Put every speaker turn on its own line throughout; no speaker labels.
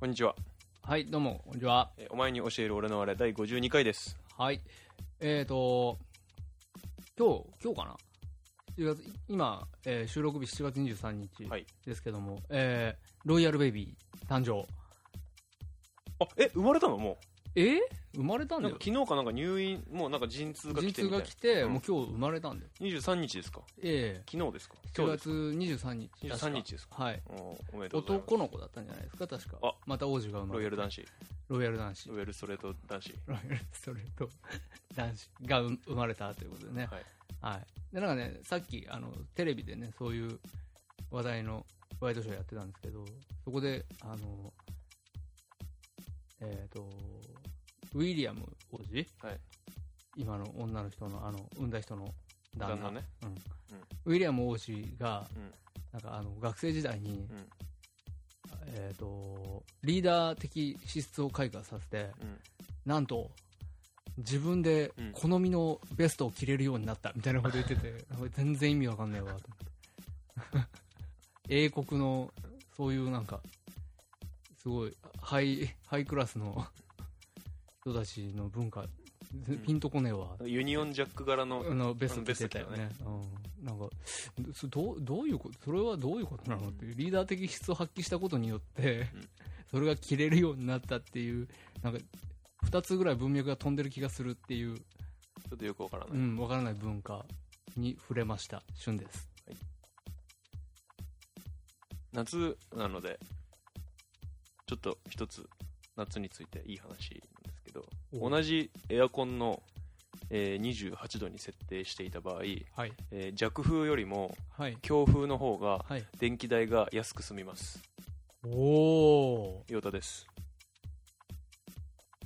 こんにちは、
はい、どうも、こんにちは。
えーお前に教える俺のあれ第52回です
はい。えーと、今日、今日かな7月今、えー収録日7月23日
はい
ですけども、えーロイヤルベイビー誕生。
あえ生まれたのも
えー生まれた
うんなん
だよ
か。昨日かなんか入院もうなんか陣痛が
陣
来て
痛
みたい
が
な
来て、
うん
もう今日生まれたんだよ。
23日ですか
え
昨日ですか
え
今日
7
です
月23日。確か
23日ですか
はい。
おーおめでとうございます
男の子だったんじゃないですか、確か。
あ
また王子が生ま
ロイ
れ
ヤル
た。
男子
ロイヤル男子。
ロイヤルストレート男子
ロイヤルそれと 男子が生生まれたということでね。
はい
はい、でなんかね、さっきあのテレビでね、そういう話題のワイドショーやってたんですけど、そこで、あのえっとウィリアム王子、
はい
今の女の人の、あの産んだ人の旦那
旦那ね
うん
うん
ウィリアム王子が、
うん
なんかあの学生時代に、
うん
えっとリーダー的資質を開花させて、
うん
なんと、自分で
うん
好みのベストを着れるようになったみた いなこと言ってて、これ全然意味わかんねえわ、と思って。英国の、そういうなんか、すごい、ハイ、ハイクラスの人たちの文化、ぜ
うん
ピンとこねえわ。
ユニオンジャック柄の
あのベスト着てたよ
ベ
ねうん、なんかそどうどういうことそれはどういうことなのっていうリーダー的質を発揮したことによって、
うん
それが着れるようになったっていうなんか2つぐらい文脈が飛んでる気がするっていう、
ちょっとよくわからな
う
い
ん、分からない文化に触れました旬です
夏なのでちょっと一つ夏についていい話なんですけど同
じ
じエアコンの、えー28度に設定していた場合、
はい
えー弱風よりも
はい
強風の方が
はい
電気代が安く済みます
おおー、
ヨタです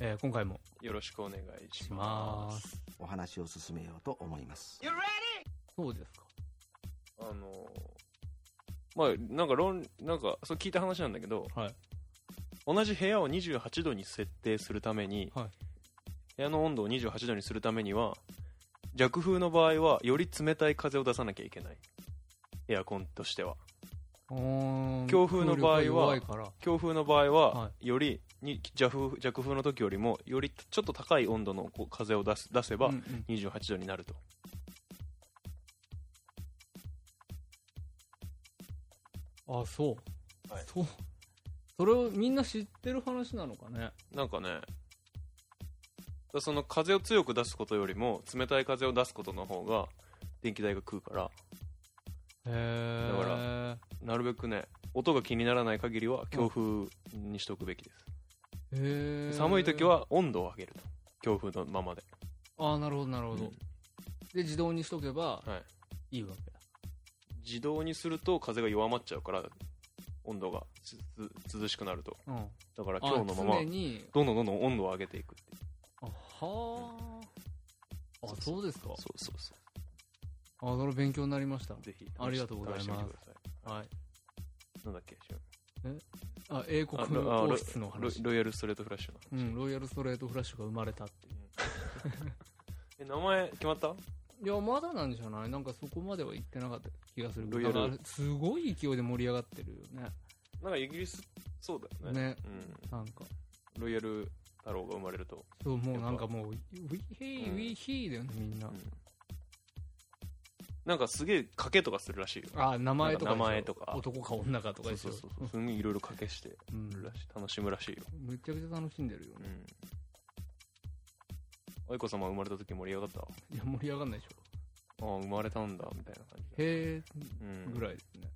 えー今回も
よろしくお願いし
し
ま
ますす
お話を進めようと思います。
そうですか
あのーまあなんか論なんかそう聞いた話なんだけど
はい
同じ部屋を28度に設定するために、
はい
部屋の温度を28度にするためには弱風の場合はより冷たい風を出さなきゃいけないエアコンとしては強風の場合は
弱いから
強風の場合は、
は
よりに弱風弱風の時よりもよりちょっと高い温度のこう風を出す出せば、
うんうん
28度になると
あそう、
はい
そうそれをみんな知ってる話なのかね
なんかねだからその風を強く出すことよりも冷たい風を出すことの方が電気代が食うから
へえ
だからなるべくね音が気にならない限りは強風にしておくべきです、
へえ
寒い時は温度を上げると強風のままで、
ああなるほどなるほど、
うん
で自動にしとけば
はい、
いいわけだ
自動にすると風が弱まっちゃうから温度がつつ涼しくなると
うん
だから
あ
今日のまま
常に
どんどんどんどん温度を上げていくっていう
あはあ、
うん
あそうですか
そうそうそ
あそれ勉強になりました
うぜひ
ありがとうございま
試
す
してみてくださ
はい
いなんだっけ
あ英国
あロ
の
あロ
王室の
ロ
話
ロイヤルストレートフラッシュの
う
話、
ん、ロイヤルストレートフラッシュが生まれたってい
え名前決まった
ういやまだなんじゃないなんかそこまでは言ってなかった気がする
ロイヤル
だからすごい勢いで盛り上がってるよね
なんかイギリスそうだよね
ね
う
なんか
ん、ロイヤル太郎が生まれると、
そうもうなんかもうウィヒー、
うん
ウィヒーだよねみんな、
うんなんかすげえ賭けとかするらしいよ
あ名前とかでしょ
名前とか
男か女かとか
そう
でし
そ
ょ
うそうそうすんげえいろいろ賭けして
うん
るらしい楽しむらしいよ
めちゃくちゃ楽しんでるよ
う
ね、
ん愛子様生まれた時盛り上がったあ
いや盛り上がんないでしょ
あ生まれたんだみたいな感じで
へえ
うん
ぐらいですね、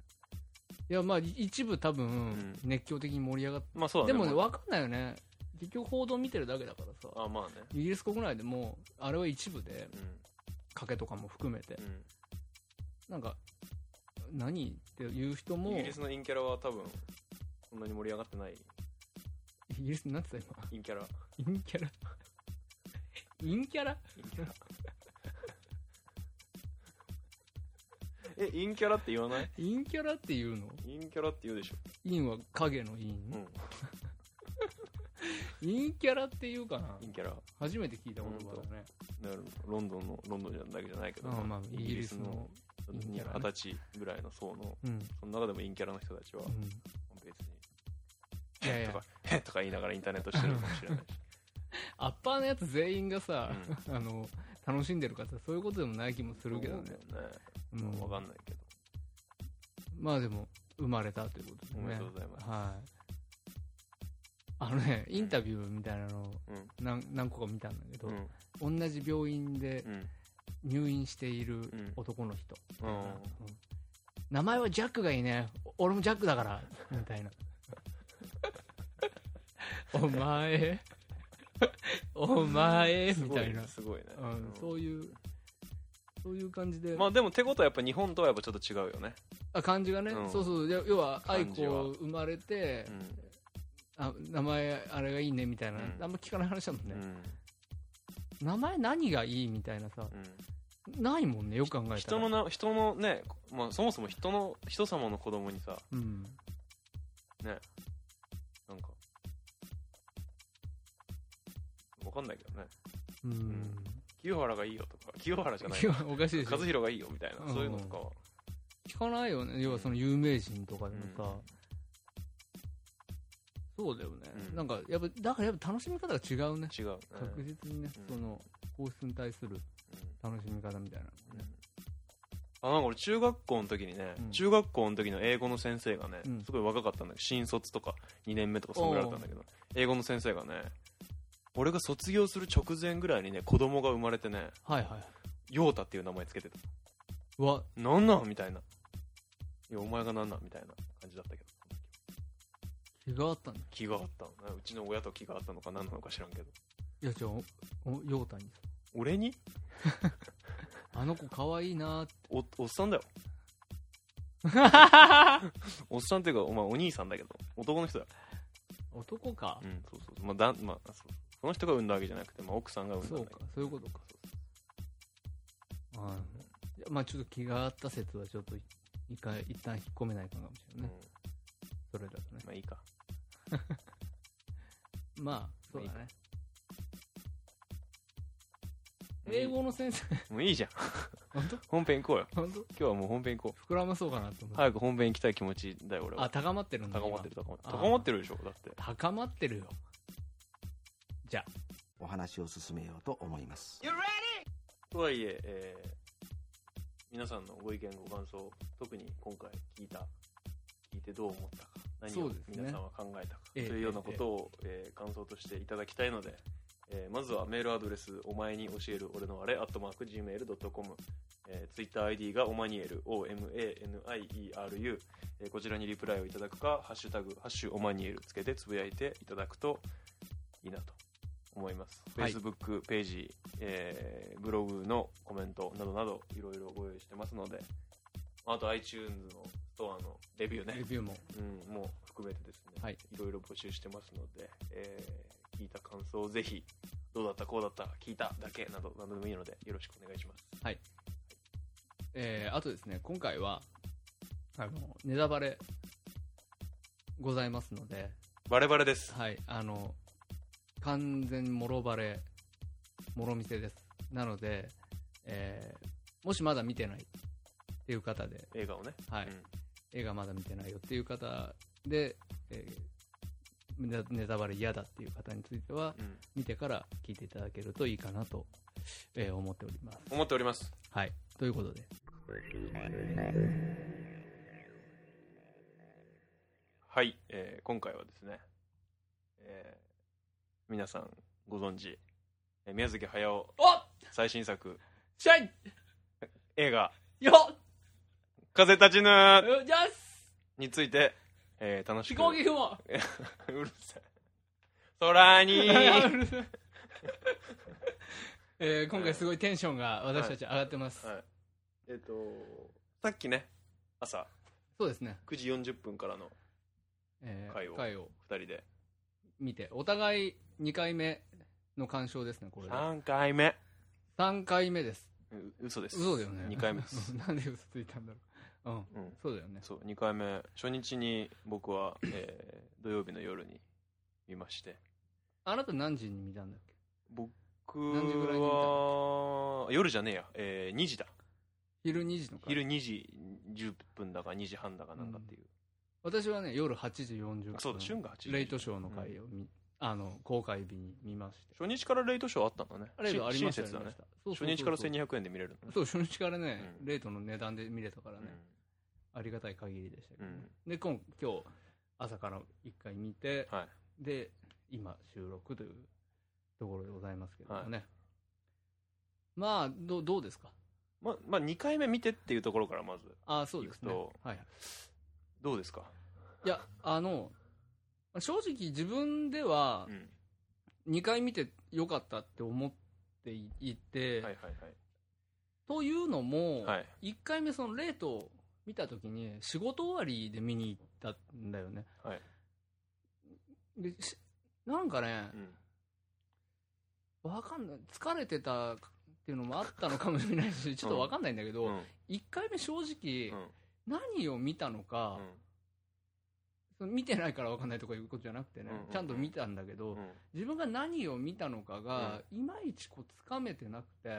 いやまあ一部多分
ん
熱狂的に盛り上がっ
まあそうだ
た、で
ね
もね
ま
分かんないよね結局報道見てるだけだからさ
ああまあね
イギリス国内でもあれは一部で
う
賭けとかも含めて
ん、うん
なんか何っていう人も
イ
イ
ギ
ギ
リスのインキャラは多分そんなに盛り上がってない
リスになってた今
インキャラ
インキャラインキャラ
インキャラえインキャラって言わない
インキャラっていうの
インキャラって言うでしょ
インは影のイ
う
ン、
ん
インキャラっていうかな
インキャラ
初めて聞いた言葉だね、
だからロンドンのロンドンじゃだけじゃないけど、
ああまあイギリスの
イギリスの
インキャラ
二十
ね
歳ぐらいの層の
うん、
その中でもインキャラの人たちは
うん、
別に
いやい
と
や
か、へっとか言いながらインターネットしてるかもしれないし。
アッパーのやつ全員がさ、あの楽しんでる方そういうことでもない気もするけどね、
そうだよね。
う
ま
ん
あわかんないけど。
まあでも生まれたということで
お
ね
めでとうございます。
はいあのねインタビューみたいなのを
うん
何何個か見たんだけど
う、ん。
同じ病院で
うん。
入院している
うん
男の人、
うん
うん名前はジャックがいいねお俺もジャックだからみた いなお前お前
す
み
ご
た
い
いな
ね、すごいね。
うん、
う
そういうそういう感じで、
んまあでも、てことはやっぱ日本とはやっぱちょっと違うよね。
あ感じがね、
うん
そうそう要要は愛
感
子
じは
生まれて
う、ん。
あ名前あれがいいねみたいな、
うん
あんま聞かない話だもん
う
ね、
ん
名前何がいいみたいなさ
うん
ないもんねよく考えたら
人のな人のね、まあ、そもそも人の人様の子供にさ
うん
なんかわかんないけどね
うん、
清原がいいよとか清原じゃない
いやおかしいでしょ
和弘がいいよみたい
うん
なそういうのとかは
聞かないよね要はその有名人とかでもさ、そうだよね、
うん
なんかやっぱだからやっぱ楽しみ方が違うね
違う、ね
確実にね、
うん
その皇室に対する
うん
楽しみ方みたいなのがね
あなんか俺中学校の時にね、
うん
中学校の時の英語の先生がね、
うん
すごい若かったんだけど新卒とか2年目とかそんぐらいだったんだけど英語の先生がね俺が卒業する直前ぐらいにね子供が生まれてね
はいはい
陽太っていう名前つけてた
うわ
なんなんみたいな。いや、お前がなんなんみたいな感じだったけど。
気があったんだ
気があったのね。うちの親と気があったのか何なのか知らんけど。
いやじゃあおお陽太に
俺に
あの子可愛いなーって
お、おっさん だよ。おっさんっていうか、お前お兄さんだけど。男の人だよ。
男か
うん、そうそうそう。まあ、だん、まあ、そうその人が産んだわけじゃなくて、まあ、奥さんが産んだ
そ
ん
う
だ
かそういうことかあーいやまあちょっと気があった説はちょっと一回一旦引っ込めないかもしれ
う
ないね、
ん
それだとね
まあ、いいか。
まあそうだね
いい
英語の先生
もういいじゃん。
本当
本編行こうよ。
本当
今日はもう本編行こう。
膨らまそうかなと思って、
早く本編行きたい気持ちだよ、俺
あ
は。
高まってるんだ
高まってる、高まって
あ
る。
ー
高まってるでしょ、だって。
今高まってるよじゃあ
お話を進めようと思います
とはいええー皆さんのご意見ご感想特に今回聞いた聞いてどう思ったか何
そ
を
うですね
皆さんは考えたか、
ええ
というようなことを、えー感想としていただきたいので、えーまずはメールアドレスお前に教える俺のあれアットマーク Gmail.com えー、ツイッター ID がオマニエル OMANIERU、えーこちらにリプライをいただくかハッシュタグハッシュオマニエルつけてつぶやいていただくといいなと思います、
はい
Facebook ページ、えーブログのコメントなどなどいろいろご用意してますのであと iTunes のストアのレビュー
レ
ね、
ビューも
うん、もう含めてですね、、
はいい
ろいろ募集してますので、えー聞いた感想をぜひどうだったこうだった聞いただけなど何でもいいのでよろしくお願いします
えーあとですね今回はあのネタバレございますので
バレバレです
はい、あの、完全もろバレ、もろ見せです。なので、えーもしまだ見てないっていう方で、
映画をね、
はい、
うん
映画まだ見てないよっていう方で、えーネタネタバレ嫌だっていう方については、
うん
見てから聞いていただけるといいかなと、えー思っております。
思っております
はい、ということで。
はい、えー今回はですね、えー皆さんご存知、えー宮崎駿
おっ
最新作
しゃい
映画
よっ
「風立ちぬ
じゃっす」
について、えー楽し
飛
く
行機雲
うるさい空に
えー今回すごいテンションが私たち上がってます、
はいえっ、とさっきね朝
そうですね、
9時40分からの
えー
回を
回を
2人で
見てお互い2回目の鑑賞ですねこれで
3回目
3回目です
う嘘です
嘘だよね
2回目です
なんで嘘ついたんだろううん
うん
そうだよね
そう2回目初日に僕は、えー土曜日の夜に見まして
あなた何時に見たんだっけ
僕
何時ぐらいに見た
は夜じゃねえや、えー2時だ
昼2時の回
昼2時10分だか2時半だかなんかっていう、
私はね、夜8時40分。
そうだ、旬が8時。
レイトショーの回を見、あの、公開日に見まして。
初日からレイトショーあったんだね。
あれありました
親切だね。。
そう
初
そうそうそう
日から1200円で見れるのね。
そう、初日からね、
うん
レートの値段で見れたからね、
う
ありがたい限りでしたけど、ね
う
で、今今日、朝から一回見て、
ん。はい。
で、今、収録というところでございますけどもね。まあ、どうどうですか
ま、まあ、2回目見てっていうところからまず、
あそうですね。
行く
はい。
どうですか
いや、あの、正直自分では
うん。
2回見てよかったって思っていて、
はいはい
というのも、
はい。はい。
1回目そのレートを見た時に仕事終わりで見に行ったんだよね、
はい
でしなんかね
う、ん。
わかんない疲れてたっていうのもあったのかもしれないしちょっとわかんないんだけど、
うん
1回目正直、
うん
何を見たのか、その見てないからわかんないとかいうことじゃなくてね、
うんうんうん
ちゃんと見たんだけ
うん。
ど、
うん。
自分が何を見たのかが、いまいちこうつかめてなくて、
うん。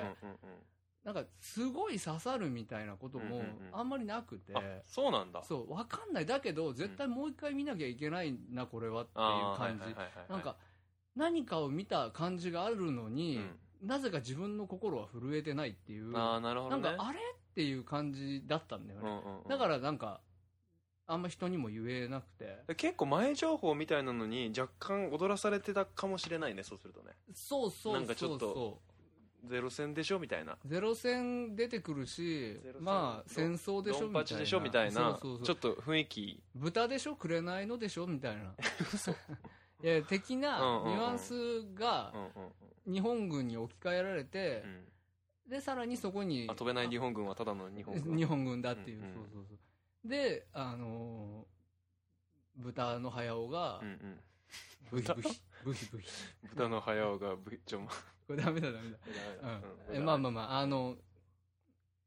なんかすごい刺さるみたいなこと
うんう
も
んうん
あんまりなくて、
うん。あ、そうなんだ。
そう、わかんない。だけど、絶対もう一回見なきゃいけないな、これはってい
あ
う
ーはい
感
はい
じ。
はいはい
なんか、何かを見た感じがあるの
う
に、
ん
なぜか自分の心は震えてないっていう、
あ
な
あ、なるほど
ん
ね。
か、あれっていう感じだったんだよ
う
ね。
んうんうん
だから、なんか、あんま人にも言えなくて。
結構前情報みたいなのに若干踊らされてたかもしれないね、そうするとね。
そうそうそうそう。
なんかちょっとゼロ戦でしょみたいな。
ゼロ戦出てくるし
ゼロ、戦
まあ、戦争でし
ドン
ょみたいな。
パチでしょみたいな。
そうそうそう
ちょっと雰囲気。
豚でしょ紅のでしょ みたいな。いや、的な
うんうんうん
ニュアンスが
うんうん
日本軍に置き換えられて
う、ん
で、さらにそこ
う
に
ん。あ、飛べない日本軍はただの日本
あ
軍。
日本軍だっていう。
うんうん
そうそうそう。で、あのー豚の早尾が
うん、うん。
ブヒブ ヒ、ブヒブヒ。
豚の早尾がぶっちょま。
これダメだダメだ。うん。えまあまあまあ、あの、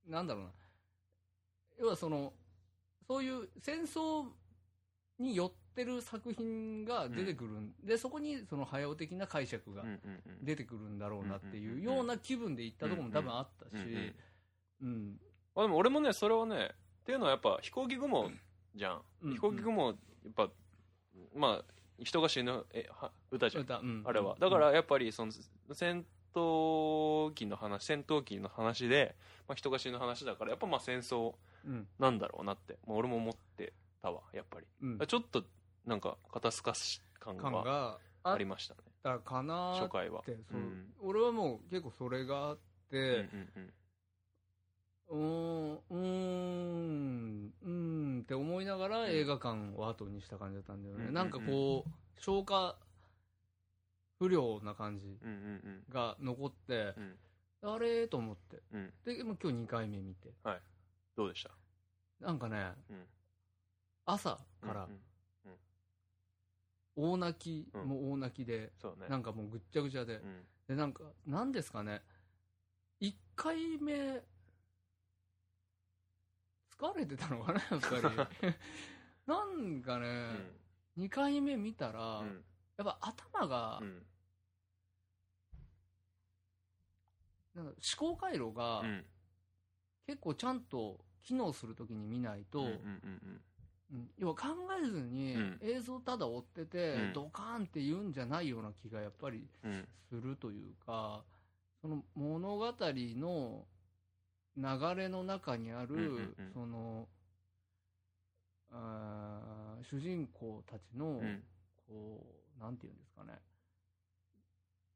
なんだろうな。要はその、そういう戦争に寄ってる作品が出てくるんで、そこにその早尾的な解釈が
うんうんうん。
出てくるんだろうなっていうような気分で行ったところも多分あった
うんうん
し、うん。
あでも俺もね、それはね、っていうのはやっぱ飛行機雲じゃん。
うん
飛行機雲、やっぱ、まあ、人が死ぬえは歌じゃん。
歌うん
あれは。だか、らやっぱりその戦闘機の話、戦闘機の話で、まあ、人が死ぬ話だから、やっぱまあ戦争
うん
なんだろうなって、まあ、俺も思ってたわ、やっぱり。
うん
だからちょっとなんか肩透かし感
感
が
があ
あ
っ
りましたね、
たかなー
初
っ
回は。
て、そう
うん
俺はもう結構それがあっ
うんう
て、
んうん
うーん、うーん、うーんって思いながら映画館を後にした感じだったんだよ
うんうん
ね。
うん
なんかこう、消化不良な感じ
うんうん
が残って
う、ん
あれーと思って。
うんうん
で、もう今日2回目見て。
どうでした
なんかね、
うん
朝から
うんうん
大泣き
うん
も大泣きで、
そうね。
なんかもうぐっちゃぐちゃで、
うん
でなんか、なんですかね、1回目、疲れてたのかな、やっぱ り。なんか
う
ね、
ん
二2回目見たら、
うん
やっぱ頭が
う、ん
なんか思考回路が
うん
結構ちゃんと機能するときに見ないと、
うんうん
うん要は考えずに
うん
映像ただ追ってて、
うん
ドカーンって言うんじゃないような気がやっぱり
うんうん
するというか、その物語の流れの中にある、
うんうんうん
その、あー主人公たちの、
うん
こう、なんて言うんですかね、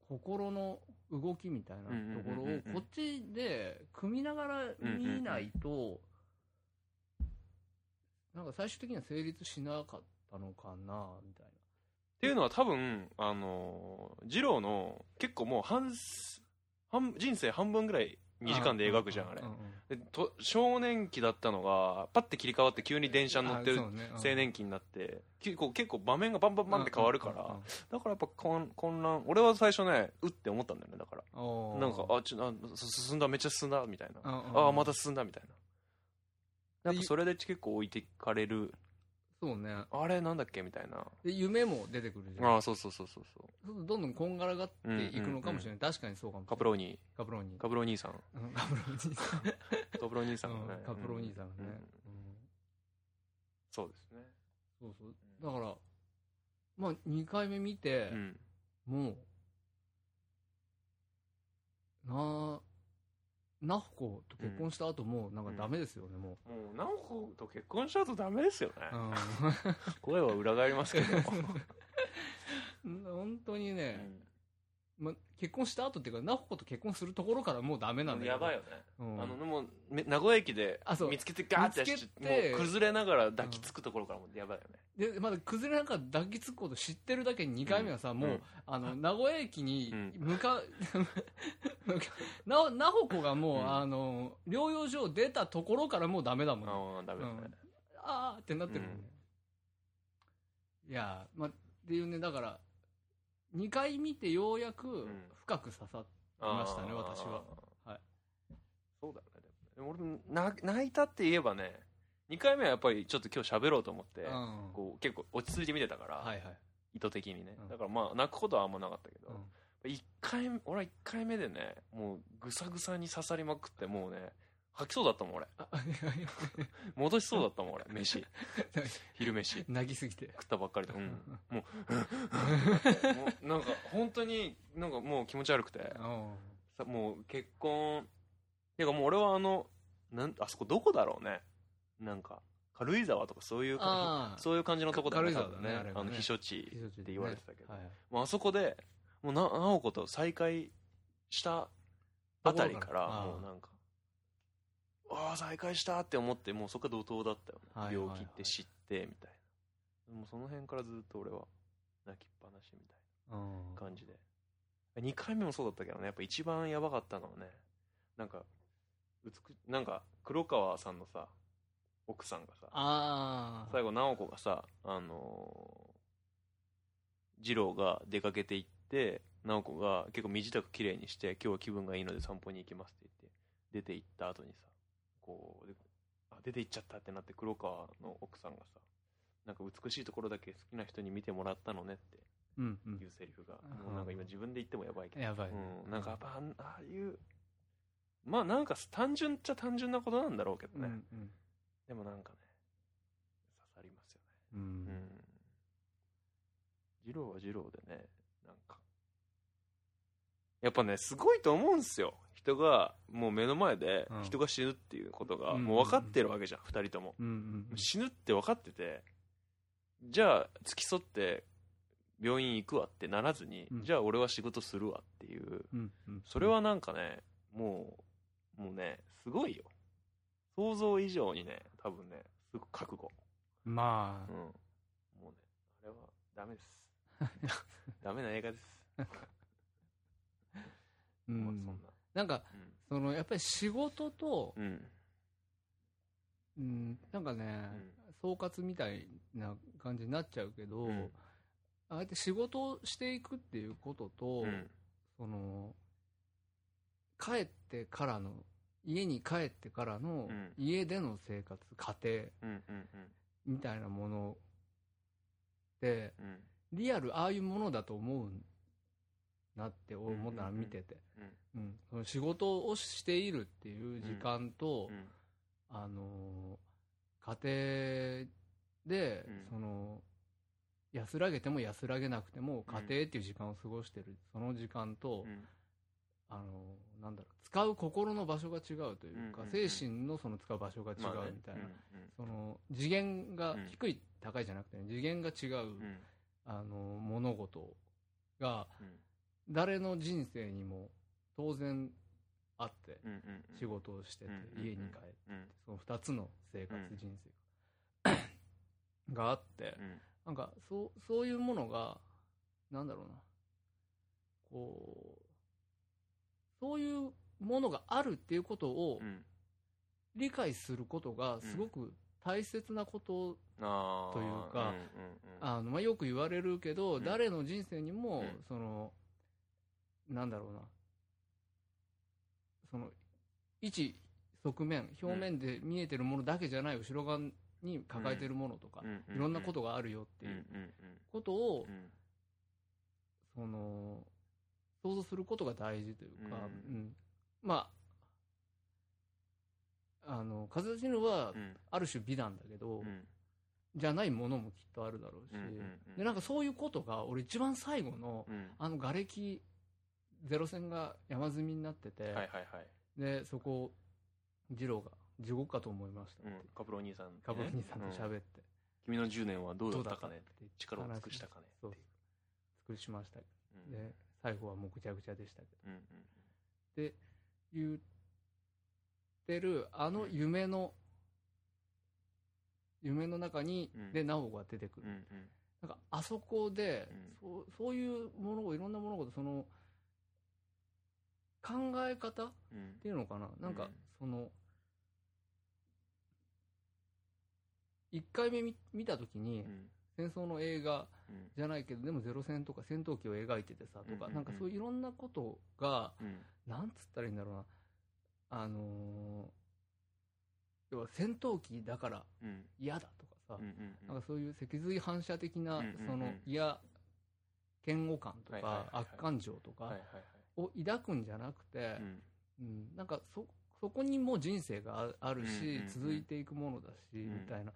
心の動きみたいなところ
うんうんうんうん
を、こっちで組みながら見ないと、なんか最終的には成立しなかったのかな、みたい
っていうのは多分あのー二郎の結構もう半す半人生半分ぐらい
な。
2時間で描くじゃんあれ
ううん
でと少年期だったのがパッて切り替わって急に電車に乗って
あ
る
そうねうん
青年期になって結構結構場面がバンバンバンって変わるか
うんうん
らだからやっぱ混混乱俺は最初ねうって思ったんだよねだから
うんうん
なんかあちょあす進んだめっちゃ進んだみたいな
あ
あ
あ
あまた進んだみたいなやっぱそれで結構置いてかれる
そうね
あれなんだっけみたいな
で夢も出てくるじゃん
ああそうそうそうそうそう
そうするとどんどんこんがらがっていくのかもしれない、確かにそうかもしれ
カ
ない
プローニ
カプローニ
カプロー兄さん
うんカプローニさん
カプロー兄さんが
う
ね
んカプローニさんがね
うん、そうですね
そうそう。だから、まあ、2回目見て、
うん。
もう、な、ナホコと結婚した後も、なんかダメですよね、も
もう、ナオコと結婚しちゃうとダメですよね。
う。
声は裏返りますけ ど。
うん。 本当に
う
ね、
ん
ま、結婚した後っていうか、ナホコと結婚するところからもうダメなんだよ
やばいよね。
うん
あの、もう、め名古屋駅で
あそう
見つけてガーって
見
走
つ
っ
けて
て、もう崩れながら抱きつくところからもうやばいよね。
で、まだ崩れなんか抱きつくこと知ってるだけに2回目はさ、もう、
うん
あの、名古屋駅に
うん
向かう、 向かうな、なほこがもう、
うん
あの、療養所を出たところからもうダメだもんね。
ああ、ダメだね。
あーってなってるもんね。いやー、まあ、っていうね、だから、2回見てようやく
ん
深く刺さっ
あー
いましたね私は。はい
そうだね。でもでも俺もな、泣いたって言えばね、2回目はやっぱりちょっと今日喋ろうと思って、
て、うん
こう結構落ち着いて見てたから、
はいはい。
意図的にね
うん。
だからまあ、泣くことはあんまなかったけど、
うん
一回目、俺は1回目でね、もうぐさぐさに刺さりまくって、もうね、吐きそうだったもん俺。
あ、いやいや
戻しそうだったもん俺、飯。昼飯。
泣きすぎて。
食ったばっかりで、 うん、もうもうなんか本当になんかもう気持ち悪くて
うん
さもう結婚てかもう俺はあのなんあそこどこだろうねなんか軽井沢とかそういう感
あ
じそういう感じのとこだ
軽井沢だね
多分
あれはね
あの避暑地
ー
って言われてたけど、
はい
もうあそこでもうな直子と再会したあたりか
ところから
らもうなんかああ再会したって思ってもうそこから怒涛だったよね、
はいはいは
病
い
気って知ってみたいなもうその辺からずっと俺は泣きっぱなしみたい
うん
な感じで2回目もそうだったけどねやっぱ一番やばかったのはねなんか美なんか黒川さんのさ奥さんがさ
ああ。
最後直子がさあのー、二郎が出かけて行って直子が結構身支度綺麗にして今日は気分がいいので散歩に行きますって言って出て行った後にさこうであ出て行っちゃったってなって黒川の奥さんがさなんか美しいところだけ好きな人に見てもらったのねっ
うんう
てい
ん。
うセリフが、
うん
もうなんか今自分で言ってもやばいけど
やばいね。
うん、なんかやっぱあんああいうまあなんか単純っちゃ単純なことなんだろうけど
うん
ね、
うん
でもなんかね刺さりますよね
う。
うんん。二郎は二郎でね、なんか。やっぱね、すごいと思うんすよ。人が、もう目の前で
うん
人が死ぬっていうことが、
うん
もう分かってるわけじゃん、二、人とも。
うんうんうん。
死ぬって分かってて、じゃあ、付き添って、病院行くわってならずに、
うん
じゃあ俺は仕事するわっていう、
うんうん
それはなんかね、もう、もうね、すごいよ。想像以上にね、多分ね、すごい覚悟。
ま
う
あ
ん。もうね、あれはダメです。 ダメな映画です。まあ
う
そん
ん
な。
なんかそのやっぱり仕事と
う、ん。うん。
うん、なんかね、総括みたいな感じになっちゃうけど、
うん
あえて仕事をしていくっていうことと、
うん。
その帰ってからの家に帰ってからの、
うん
家での生活家庭
うん。うん。
みたいなもので
うん。うん。
リアルああいうものだと思うなって思ったら見てて、うんその仕事をしているっていう時間と、
うん。
あのー家庭で、
うん
その安らげても安らげなくても家庭っていう時間を過ごしてるその時間と、
うん。
あのーなんだろう使う心の場所が違うという
うんう
か、
んうん
精神のその使う場所が違う
まあね
みたいな、。
う
その次元が
うん
低い、高いじゃなくてね次元が違う、
ん。うん。
あのー物事が
うん。
誰の人生にも当然あって、
うん。うん。
仕事をしてて、
うん
家に帰って。
うん。
その2つの生活
うん
人生ががあって、
うん。
なんかそうそういうものがなんだろうなこうそういうものがあるっていうことを
うん。
理解することがすごく大切なこと、
ああ。
というか
うん。うん。
あのまあ、よく言われるけど、
うん
誰の人生にも、
うん
そのなんだろうなその一側面表面で見えてるものだけじゃない後ろ側に抱えてるものとか
う、ん。
いろんなこと
が。
があるよって
うん。。
いううんことを、
うん。
その想像することが大事というか、
う
うんまああの風立ちぬは
うん。
ある種美談だけど、
うん。
じゃないものもきっとあるだろうし、
うんうんうん
でなんかそういうことが俺一番最後の、
うん
あの瓦礫ゼロ戦が山積みになってて、
はいはいはい。
でそこを二郎が地獄かと思いましたって、
うん、カプロお兄さん、ね。
カブキニさんと
う
喋って、
君の10年はどうだったかね。
て
力を尽くしたかね。
そう尽くしました
うん
で最後はもうぐちゃぐちゃでしたけ
うんうん
どで言ってるあの夢の、夢の中に、
うん
でなおが出てくる、
うんうん
なんかあそこで、
う
そうそういうものをいろんなものをその考え方っ
うんうん
ていうのかななん
う
か
ん
その、一1回目見見た時に、
うん
戦争の映画
うん
じゃないけどでもゼロ戦とか戦闘機を描いててさとか、
うんうんうん
なんかそういういろんなことが
うん
なんつったらいいんだろうなあのー要は戦闘機だから
うん
嫌だとかさ、
うんうんうん
なんかそういう脊髄反射的な、
うんうんうん
その嫌嫌悪感と
はいはいはいは
か
い
悪感情と
はいはいは
か
い
を抱くんじゃなくて、
うん
うんなんかそそこにもう人生がああるし、
うんうんうん
続いていくものだし、
ん
みたいな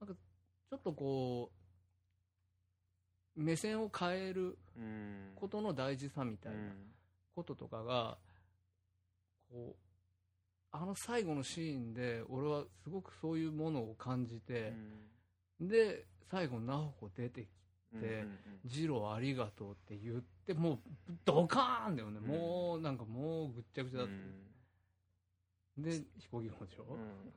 なんかちょっとこう目線を変える
うん
ことの大事さみたいな
うん
こととかが、こうあの最後のシーンで俺はすごくそういうものを感じて、で最後直子出て
う
きて
ん
で
うん
「ジローありがとう」って言ってもうドカーンだよね、
うん
もうなんかもうぐっちゃぐちゃ
うん
だ
う
っ
ん
た、で飛行機のでしょ、
うん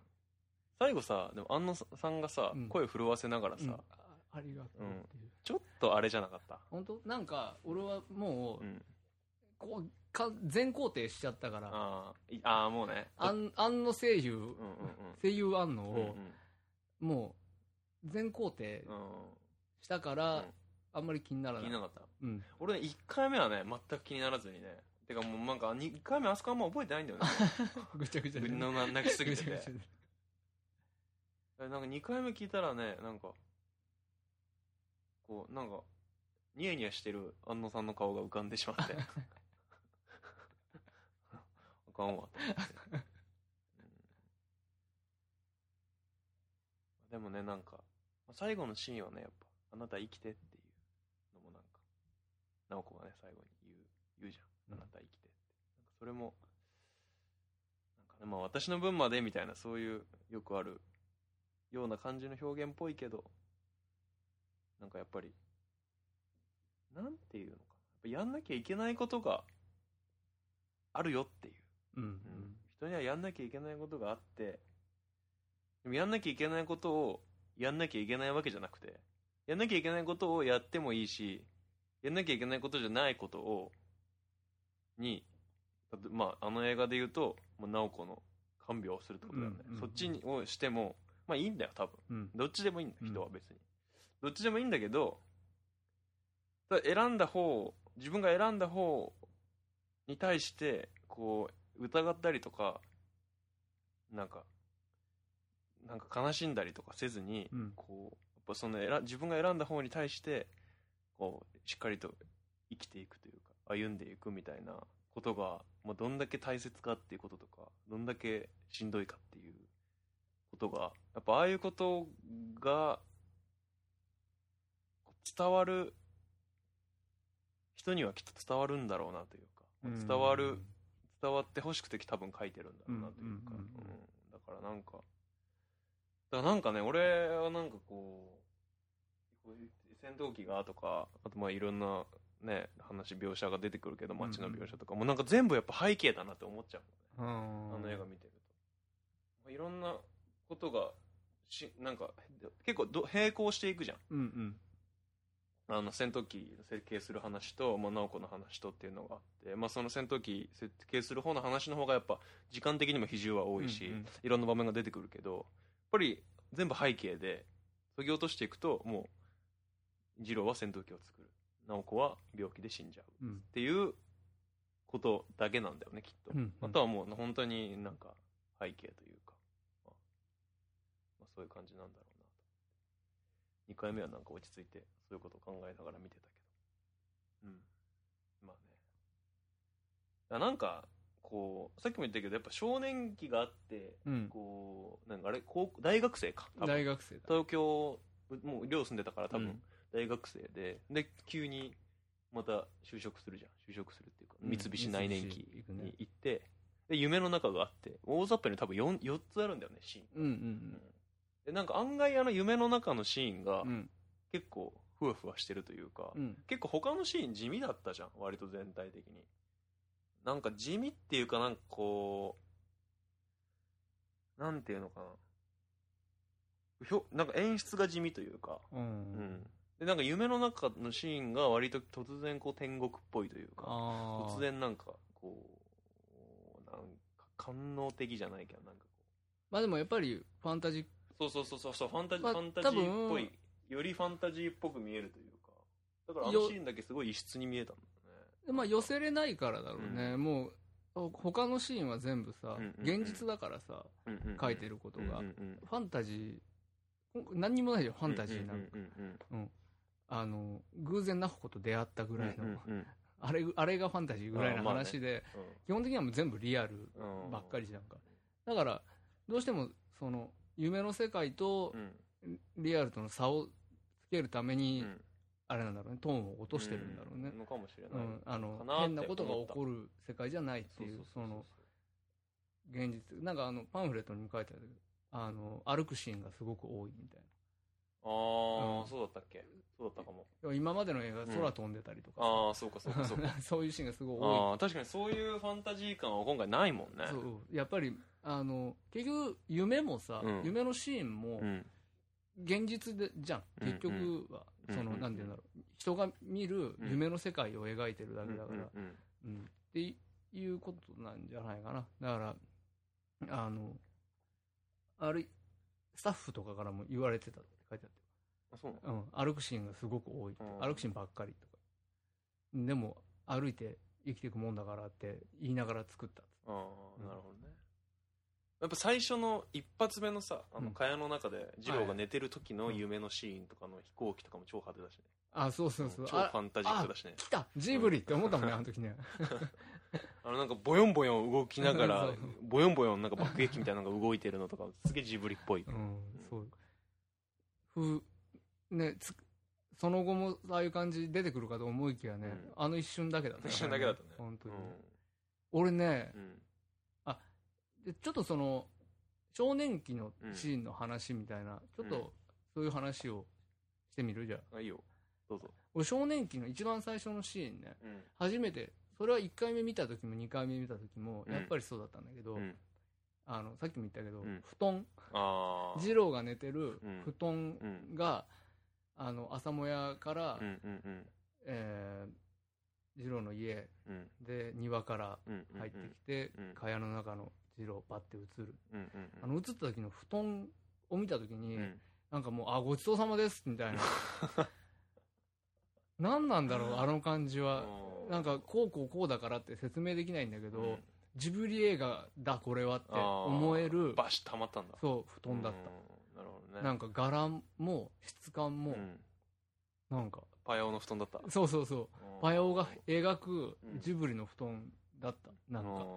最後さでも安野さんがさ
うん
声震わせながら
うん
さ
あありがとうっていう、
ちょっとあれじゃなかった
本当なんか俺はもう,、
うん
こうか全肯定しちゃったから
あーいあーもうね
あん庵の声優、
うんうんうん
声優庵の
うんうん
をもう全肯定
う
したから、
うん
あんまり気になら
ん
な
気
い
になかった
うん、
俺ね1回目はね全く気にならずにねてかもうなんか1回目あそこあんま覚えてないんだよね
ぐちゃぐちゃで
のな泣きすぎて
ぐ
て
ちゃぐちゃで
えなんか2回目聞いたらねなんかこうなんかニヤニヤしてる安野さんの顔が浮かんでしまって あかんわと思って、うんでもねなんか最後のシーンはねやっぱ「あなた生きて」っていうのもなんか直子がね最後に言う言うじゃん「あ
うん
なた生きて」ってなんかそれもなんかねまあ私の分までみたいなそういうよくあるような感じの表現っぽいけどなんかやっぱりなんていうのかなやっぱやんなきゃいけないことがあるよっていう、
うん
人にはやんなきゃいけないことがあってでもやんなきゃいけないことをやんなきゃいけないわけじゃなくてやんなきゃいけないことをやってもいいしやんなきゃいけないことじゃないことをにまああの映画で言うともう直子の看病をするってことだよね、
うんうんうん
そっちにをしてもまあいいんだよ多分
うん
どっちでもいいんだ
うん
人は別に、どっちでもいいんだけどただ選んだ方自分が選んだ方に対してこう疑ったりとかなんかなんか悲しんだりとかせずに、
うん
こうやっぱその選自分が選んだ方に対してこうしっかりと生きていくというか歩んでいくみたいなことが、まあ、どんだけ大切かっていうこととかどんだけしんどいかっていうことがやっぱああいうことがこう伝わる人にはきっと伝わるんだろうなという
う
か
ん
伝わる伝わってほしくて多分書いてるんだろうなというか、
うんうん
う
うんうん
んだからなんかだからなんかね俺はなんかこうこういう戦闘機がとかあとまあいろんなね話描写が出てくるけど街の描写とか、もうなんか全部やっぱ背景だなって思っちゃう
うん
あの映画見てると。いろんなことがし、なんか、結構ど並行していくじゃん。
うんうん
あの戦闘機の設計する話と、まあ、直子の話とっていうのがあって、まあ、その戦闘機設計する方の話の方がやっぱ時間的にも比重は多いし、
うんうん
いろんな場面が出てくるけどやっぱり全部背景で削ぎ落としていくともう次郎は戦闘機を作る直子は病気で死んじゃう
うん
っていうことだけなんだよねきっと、
うんうん
あとはもう本当になんか背景というか、まあまあそういう感じなんだろうなと2回目はなんか落ち着いてそういうことを考えながら見てたけどうんまあねあなんかこうさっきも言ったけどやっぱ少年期があって
うん
こうなんかあれ高大学生か多分
大学生だ
東京もう寮住んでたから多
う
分
ん
大学生で、で急にまた就職するじゃん就職するっていうか
うん
三菱内燃機
三菱行くね
に行って、で夢の中があって大雑把に多分 4, 4つあるんだよねシーン
うんうん
でなんか案外あの夢の中のシーンが
うんうん
結構ふわふわしてるというか、
うん
結構他のシーン地味だったじゃん割と全体的になんか地味っていうかなんかこうなんていうのかなひょなんか演出が地味というか
う
うんんでなんか夢の中のシーンが割と突然こう天国っぽいというか
あー
突然なんかこうなんか官能的じゃないけどなんか
まあでもやっぱりファンタジー
そうそうそうそうそうファンタジー、
まあ
ファンタジーっぽ
多
いよりファンタジーっぽく見えるというかだからあの
よ
シーンだけすごい異質に見えたんだよね
まあ寄せれないからだろうね、もうほ他のシーンは全部さ、
うんうんうん
現実だからさ書
書
いてることが、
うん
ファンタジーほん何にもないじゃんフ
フ
ァンタジーなんか、あの偶然ナホコと出会ったぐらいの、あれあれがファンタジーぐらいの話で、基本的にはもう全部リアルばっかりじゃんか、だからどうしてもその夢の世界とリアルとの差をつけるために、あれなんだろうねトーンを落としてるんだろうね、
のかもしれ
う
なんい
あの
かなって
変なことが起こる世界じゃないって
そう
いう
そう
そ
そ
う
う
の現実なんかあのパンフレットにも書いてあるけどあの歩くシーンがすごく多いみたい
あ
うん
あそうだったっけそうだったかも
な今までの映画空飛んでたりとか
ああそうかそうか
さ
そうか
そういうシーンがすごい多
あー確かにそういうファンタジー感は今回ないもんね
いそうやっぱりあの結局夢もさ、
うん
夢のシーンも
うん
現実でじゃん
うん
結局は、
うん
その
うん
なんて言うんだろう人が見る夢の世界を描いてるだけだから、
うんうん
うん、っていうことなんじゃないかな。だから、あの、ある、スタッフとかからも言われてたって書いて
あそうな
あった。うん、歩くシーンがすごく多いって
うん
歩くシーンばっかりとか。でも、歩いて生きていくもんだからって言いながら作ったっつ
のああなるほどねやっぱ最初の一発目のさあ
う
の
ん
蚊帳の中で二郎が寝てる時の夢のシーンとかの飛行機とかも超派手だしね
あ、そうそうそう。
超フ
あ、
ァンタジックだしね
来たジブリって思ったもんね、あの 時ね。
あのなんかボヨンボヨン動きなが
そ
ら
う
ボヨンボヨンなんか爆撃みたいなのが動いてるのとかすげえジブリっぽい
うん、そう。ふ、ね、つその後もああいう感じ出てくるかと思いきや
う
ね、
ん
あの一瞬だけだったから、
一瞬だけだったね
本当
うん
に。俺ね、
うん
でちょっとその少年期のシーンの話みたいな、
うん
ちょっとそういう話をしてみるじゃん
あいいよどうぞ
俺少年期の一番最初のシーンね
うん
初めてそれは1回目見た時も2回目見た時も
うん
やっぱりそうだったんだけど、
うん
あのさっきも言ったけど、
うん
布団
ああ
二郎が寝てる
うん
布団が、あの朝もやから、
うんうんうん
えー二郎の家
うん
で庭から
うんうん
入ってきて、
うん
蚊帳の中の二郎パッて映る
うんうんうん
あの映った時の布団を見た時に、
うん
なんかもう、あ、ごちそうさまです、み たいな。何なんだろう、あの感じは。
うん
なんか、こうこうこうだからって説明できないんだけど、
うん
ジブリ映画だ、これはって
あー
思える、
バシッとはまったんだ
そう、布団だっ
うんなるほど
た。
ね
なんか、柄も、質感も、
うん
なんか、
パヤオの布団だった
そうそうそう、パヤオが描く
うん
ジブリの布団だった。な
なんん
か
か、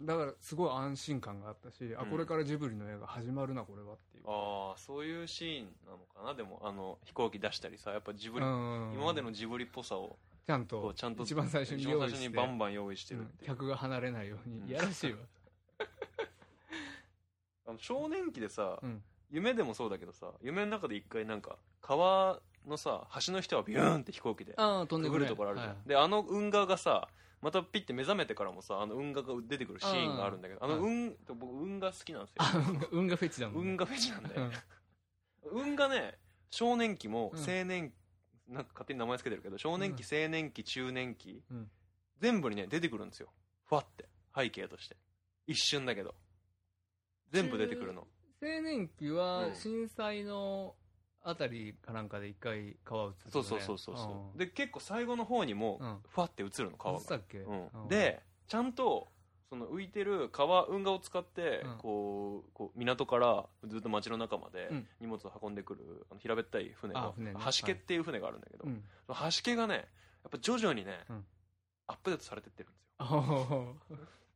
だから、すごい安心感があったし、あ、
うん
これからジブリの映画始まるな、これはっていう。
ああそういうシーンなのかなでもあの飛行機出したりさやっぱジブリ
うん
今までのジブリっぽさを
ちゃん
ことうちゃんと
一番最初に
一番
用
最
意
初
して
にバンバン用意してるっ
うん
ていう
客が離れないように、
うん
いやらしい わ、
あの少年期でさ、
うん
夢でもそうだけどさ夢の中で一回なんか川のさ橋の人はビューンって飛行機で
ああ飛
く
んで
ぐるところあるじゃん、であの運河がさまたピッて目覚めてからもさあの運河が出てくるシーンがあるんだけどあ
うん
の運僕運河好きなんですよ
あ運が運がフェチだもんね、
運河フェチなんだ
う
よ
ん
運河ね少年期も
うん
青年、なんか勝手に名前つけてるけど少年期、青年期中年期、
うん
全部にね出てくるんですよふわって背景として一瞬だけど全部出てくるの
青年期は
うん
震災のあたりかなんかで一回川映って
そうそうそうそうそうで結構最後の方にも
うん
ふわって映るの川
川
が、
っけ、
う
うん
ん、でちゃんとその浮いてる川運河を使って
うん
こうこう港からずっと町の中まで
うん
荷物を運んでくるあの平べったい船
あ
の
船ね
橋家っていう船があるんだけど
うん
その橋家がねやっぱ徐々にね
うん
アップデートされてってるんですよ
あはは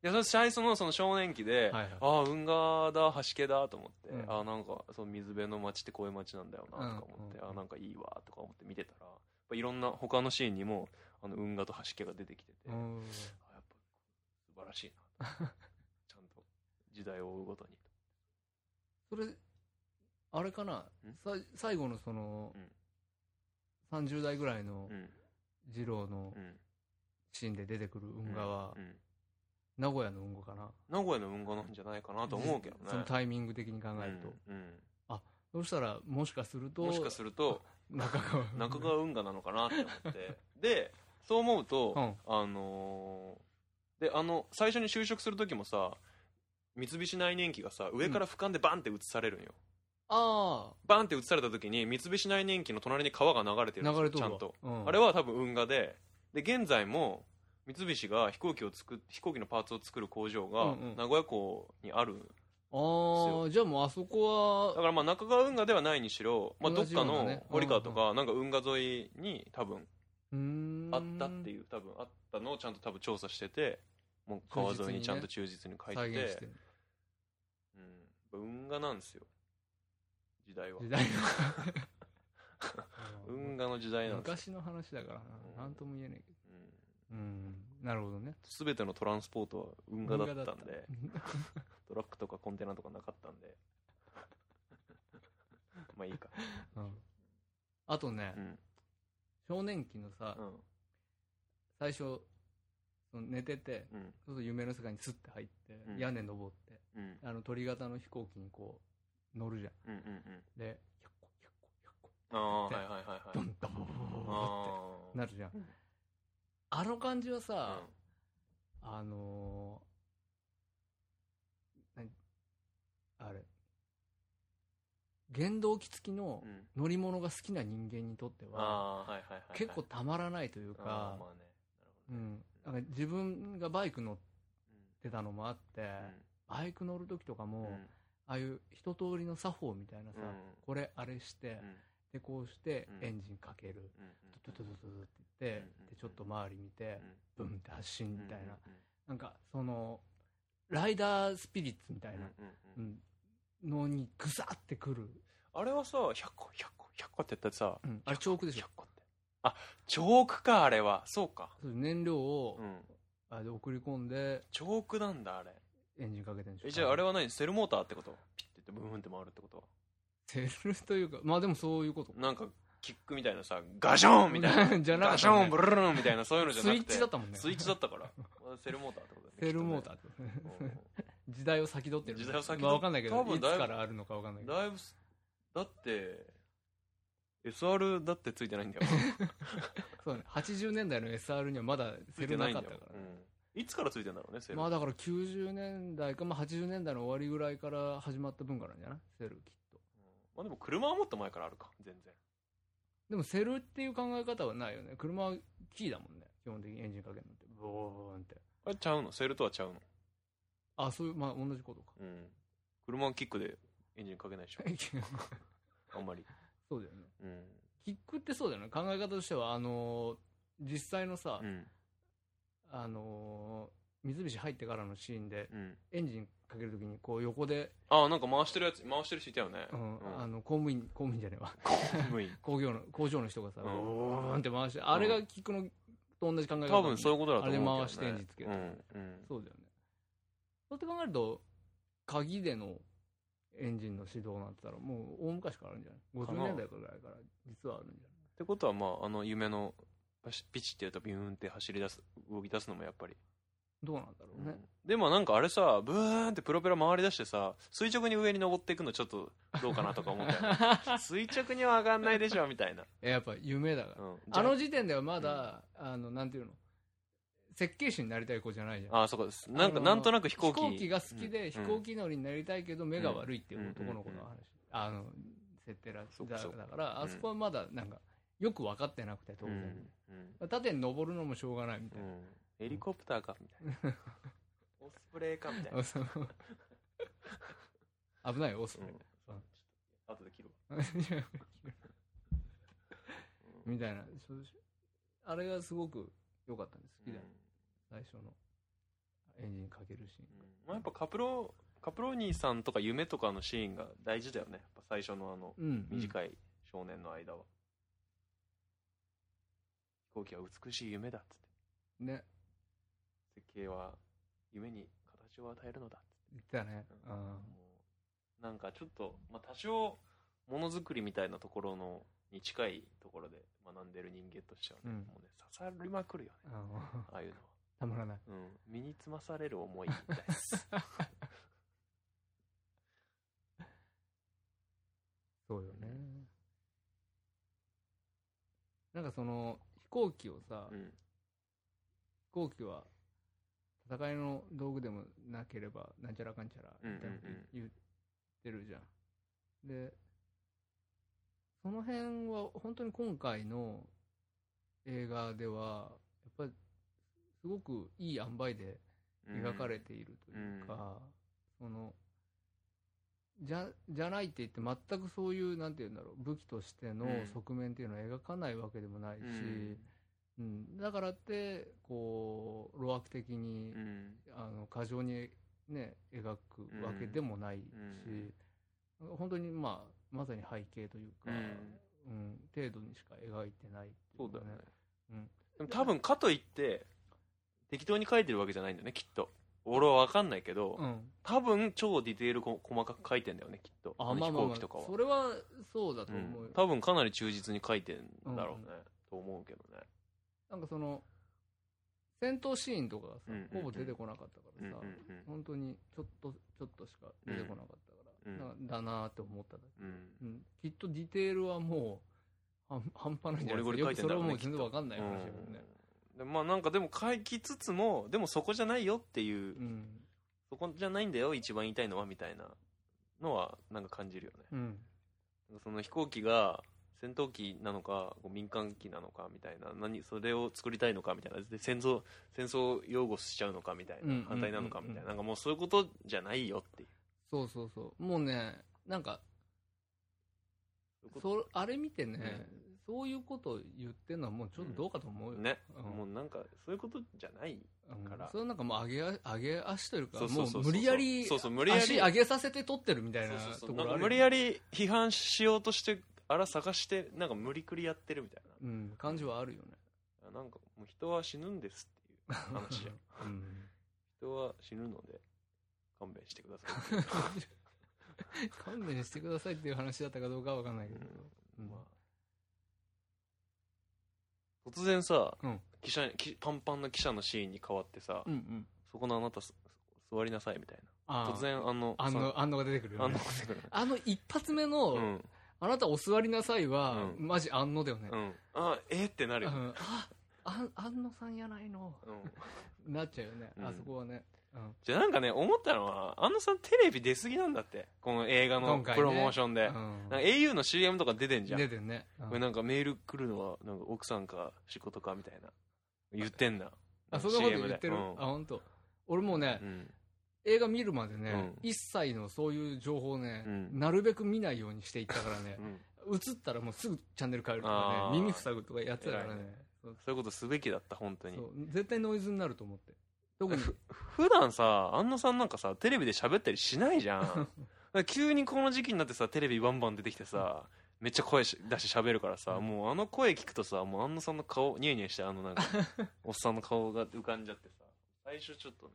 やその最初のその少年期で、
はいはい
ああ運河だ橋家だと思って、
うん
ああなんかその水辺の町ってこういう町なんだよなとか思って、
うんうん
ああなんかいいわとか思って見てたらやっぱいろんな他のシーンにもあの運河と橋家が出てきてて、
う
あ
ん
やっぱ素晴らしいな ちゃんと時代を追うごとに
それ、あれかな、さ最後のその、30代ぐらいの
うん
二郎の
うん
シーンで出てくる運河は
う、ん
名古屋の運河かな。
名古屋の運河なんじゃないかなと思うけどね
そのタイミング的に考えると。
うん
そうしたら、もしかする
う
と、
んもしかすると
中川。
中川運河なのかなって思って でそう思うと、
うん
あのーであの最初に就職する時もさ三菱内燃機がさ上から俯瞰でバンって映されるんよ、
あ
バンって映された時に三菱内燃機の隣に川が流れて
あ、
るんです
流
よ
れと
ち
る
ゃ
わ
んと、
うん
あれは多分運河でで現在も三菱が飛行機を作っ飛行機のパーツを作る工場
うん
が
うん
名古屋港にある、
ああ、じゃあもうあそこ
だ
は、
からまあ中川運河ではないにしろ、まあ、ど
同
っ
じよ
か
うなね
の堀川とかなんか運河沿いに多分
うーん
あったっていう多分あったのをちゃんと多分調査しててもう川沿いにちゃんと忠実に書いて
再
て,、
現してる。
うん、運河なんですよ時代は
時代は
運河の時代なんですよ、
昔の話だから
うん
な。なんとも言えないけど。
うん、
うん。なるほどね。
全てのトランスポートは運河だったんでトラックとかコンテナとかなかったんでまあいいか
うんあとね
う、ん
少年期のさ
う、ん
最初、その寝てて、
うん
そうすると夢の世界にスッて入って
う、ん
屋根登って、
うん
あの鳥型の飛行機にこう、乗るじゃん。
うんうんうん
で、百個、百個、百個、
ああはいはいはい
ド
はい
ン、ドン、ドンドンっ
あ
てなるじゃん
うん。
あの感じは
あ
さ、あのー、何あれ、原動機付きの
うん
乗り物が好きな人間にとっては、
あーはいはいはいはい
結構たまらないという
あ
か
ー、まあね
う
なる
ん、なんか自分がバイク乗ってたのもあって、
ほどね
バイク乗る時とか
う
も、
んうん
ああいう一通りの作法みたいなさ、これあれして、でこうして
うん
エンジンかける、ドドドドドドって言って、
うん
でちょっと周り見て、ブンって発進みたいな、
み
なんかそのライダースピリッツみたいな、うんのにグサってくる、
あれはさ100個100個100個って言ったらさ
うんあれチョークでし
100
ょ
個ってあチョークかあれはそうか
そう燃料を、
うん
あれで送り込んで
チョークなんだあれ
エンジンかけてるんでしょ
えじゃああれは何セルモーターってことピッて言ってブーンって回るってことは
セルというかまあでもそういうこと
なんかキックみたいなさガションみたいな
じゃなか
ガ
っ
シ
たね
ョンブルルンみたいなそういうのじゃ
スイ
なく
ッ
て
チだったもんね
スイッチだったからあセルモーターってことだよね
セルモータ
き
ー
っ
ってことね
とね
時代を先取ってる
時代を先取っ
まあわかんないけど
多分
いつ
だいぶ
からあるのかわかんな
う
い
ん
け
だいぶすだって SR だってついてない んだよ
どそうね80年代の SR にはまだ
つ
セ
いて
ルな
ないん
か
だ
っ
よ
たからね、
うんいつからついてんだろうねセル、
まあだから90年代か、まあ、80年代の終わりぐらいから始まった分からなんじゃないセルきっと
うんまあでも車はもっと前からあるか全然
でもセルっていう考え方はないよね車はキーだもんね基本的にエンジンかけるのってボーンって
あれちゃうのセルとはちゃうの
あそういうまあ同じことか
うん車はキックでエンジンかけないでしょあんまり
そうだよね
うん
キックってそうだよね考え方としてはあのー実際のさ、
うん
あのー三菱入ってからのシーンで
うん
エンジンかけるときにこう横で、
ああなんか回してるやつ回してる人いたよね
うん
うん
あの公務員公務員じゃねえわ
公務員
工業の工場の人がさ、
うん
ボーンって回してあれがキックのと同じ考え方
多分そう
う
いうことだと思うけど、ね、
あれ回してエンジンつける
うんうん
そうだよねそうやって考えると鍵でのエンジンの始動なんて言ったらもう大昔からあるんじゃない
か
?50
な
年代ぐらいから実はあるんじ
ってことはまああの夢のパシピチってやるとビューンって走り出す動き出すのもやっぱり、
ゃないどうなんだろうね、
でもなんかあれさブーンってプロペラ回り出してさ垂直に上に登っていくのちょっとどうかなとか思った よね垂直には上がんないでしょみたいな、
えやっぱ夢だから
うん、じゃ
あの時点ではまだ、あの、なんていうの設計士になりたい子じゃないじゃん。
ああそうかですなんか
あの
なんとなく飛行
飛
機
行機が好きで、飛行
機
機乗りになりたいけど、目が悪いっていう男の子の
うん
話。あの、設定だ
そうかそうか
だから、
う
あ
ん
そこはまだ、なんか、よく分かってなくて、当
うんう
然。
んうん
縦に登るのもしょうがないみた
う
いな。
んヘリコプターかみたいな オスプレイかみたいな、
その危ないよ、オスプレイ
うん後で切るわ
みたいな。そうあれがすごく良かったんです。好きだよ、最初の。エンジンかけるシーン
まあ、やっぱカプロカプローニーさんとか夢とかのシーンが大事だよねやっぱ最初のあの
うんうん
短い少年の間は、飛行機は美しい夢だっつって
ね
設計は夢に形を与えるのだっ
言ってたね
つって、
うん
もうなんかちょっと、まあ、多少ものづくりみたいなところのに近いところで学んでる人間としてはね、
うん
もうね刺さりまくるよね
あの
ああいうのは
たまらない
うん、身につまされる思いみたいです
そうよねなんかその飛行機をさ、
う
飛
ん
行機は戦いの道具でもなければなんちゃらかんちゃらみたいなこと
うんうんうん
言ってるじゃん,、でその辺は本当に今回の映画ではやっぱりすごくいい塩梅で
うん
描かれているというか、そのじゃじゃないって言って全くそういうなんて言うんだろう武器としての
うん
側面っていうのは描かないわけでもないし、
う
うん
ん
だからってこう路悪的に、
うん
あの過剰に、ね、描くわけでもないし、本当に、まあ、まさに背景というか、うん程度にしか描いてないってい
そう
か
だよね、
うん
でも多分かといって適当に書いてるわけじゃないんだよねきっと俺は分かんないけど、
うん、
多分超ディテールこ細かく書いてんだよねきっと
あ
の
まあ
飛
まあ、
行
まあ
機とかは、
それはそうだと
う
思うよ、
ん、多分かなり忠実に書いてんだろうね、と思うけどね
なんかその、戦闘シーンとかがさ
うんうんうん、
ほぼ出てこなかったからさ、
う
本当にちょっと、ちょっとしか出てこなかったから、
うん
なんかだなーって思っただけ、
んうんうん
うんきっとディテールはもう、半半端ないんじゃない
ゴリ
です
ゴリ書い
か。よく
てん
そ
だ
れ
ろう
は
ね
もう全然わかんない話だもんね。
うんでまあなんかでも書きつつもでもそこじゃないよっていう、
うん。
そこじゃないんだよ一番言いたいのはみたいなのはなんか感じるよね
うん。
その飛行機が戦闘機なのかこう民間機なのかみたいな何それを作りたいのかみたいなで戦争戦争を擁護しちゃうのかみたい
うんうんうんう
なん反対なのかみたいななんかもうそういうことじゃないよっていう
そうそうそう。もうね、なんか、
そういうこ
そあれ見てね、そういうこと言ってんのはもうちょっとどうかと思
と
うよ。
ね
うん
もうなんかそういうことじゃない
うん
から
それなんかもう上げあ、上げ足というか、
そうそ
も
うそうそう
う無理やり、
そうそう無理やり
足上げさせて取ってるみたい
そ
な
うそう
と
そう
こ
なん
ろあ
か
る。
無理やり批判しようとしてあら探してなんか無理くりやってるみたい
うん、感じはあるよね。
ななんかもう人は死ぬんですっていう話じゃん
うん。
人は死ぬので勘弁してください
勘弁してくださいっていう話だったかどうかはわかんないけど。うん
まあ、突然さ、
うん
記者きパンパンの記者のシーンに変わってさ、
うんうん。
そこのあなたす座りなさいみたい
あ
な
ー
突然あの
あ
さ
の、あのが出てくる
あ
よ
の
ね。
出てくる
あの一発目の、
うん
あなたお座りなさいは、
うん
マジあんのだよね。
うんあえってなるよ、
うんあ、あん、あんのさんやないの。
うん
なっちゃうよね。
うん
あそこはね。うん。
じゃあなんかね思ったのはあのさんテレビ出過ぎなんだってこの映画の
今回ね
プロモーションで、
うん
なんか au の CM とか出てんじゃん
出てるね。うん
これなんかメール来るのはなんか奥さんか仕事かみたいな言ってんな
あ、そんなこと言
CM で
ってる。
う
あ、
ん
本当。俺もうね
う、ん
映画見るまでね、
うん
一切のそういう情報をね、
うん
なるべく見ないようにしていったからね
う、ん
映ったらもうすぐチャンネル変えると
あ
か
ー
ね、耳塞ぐとかやってたから
偉い
ね
ね
そう
そういうことすべきだった本当に
そう絶対ノイズになると思って。特に、
普段さ安野さんなんかさテレビで喋ったりしないじゃん だから急にこの時期になってさテレビバンバン出てきてさめっちゃ声し出して喋るからさ、
うん
もうあの声聞くとさもう安野さんの顔ニヤニヤしてあのなん かおっさんの顔が浮かんじゃってさ最初ちょっとね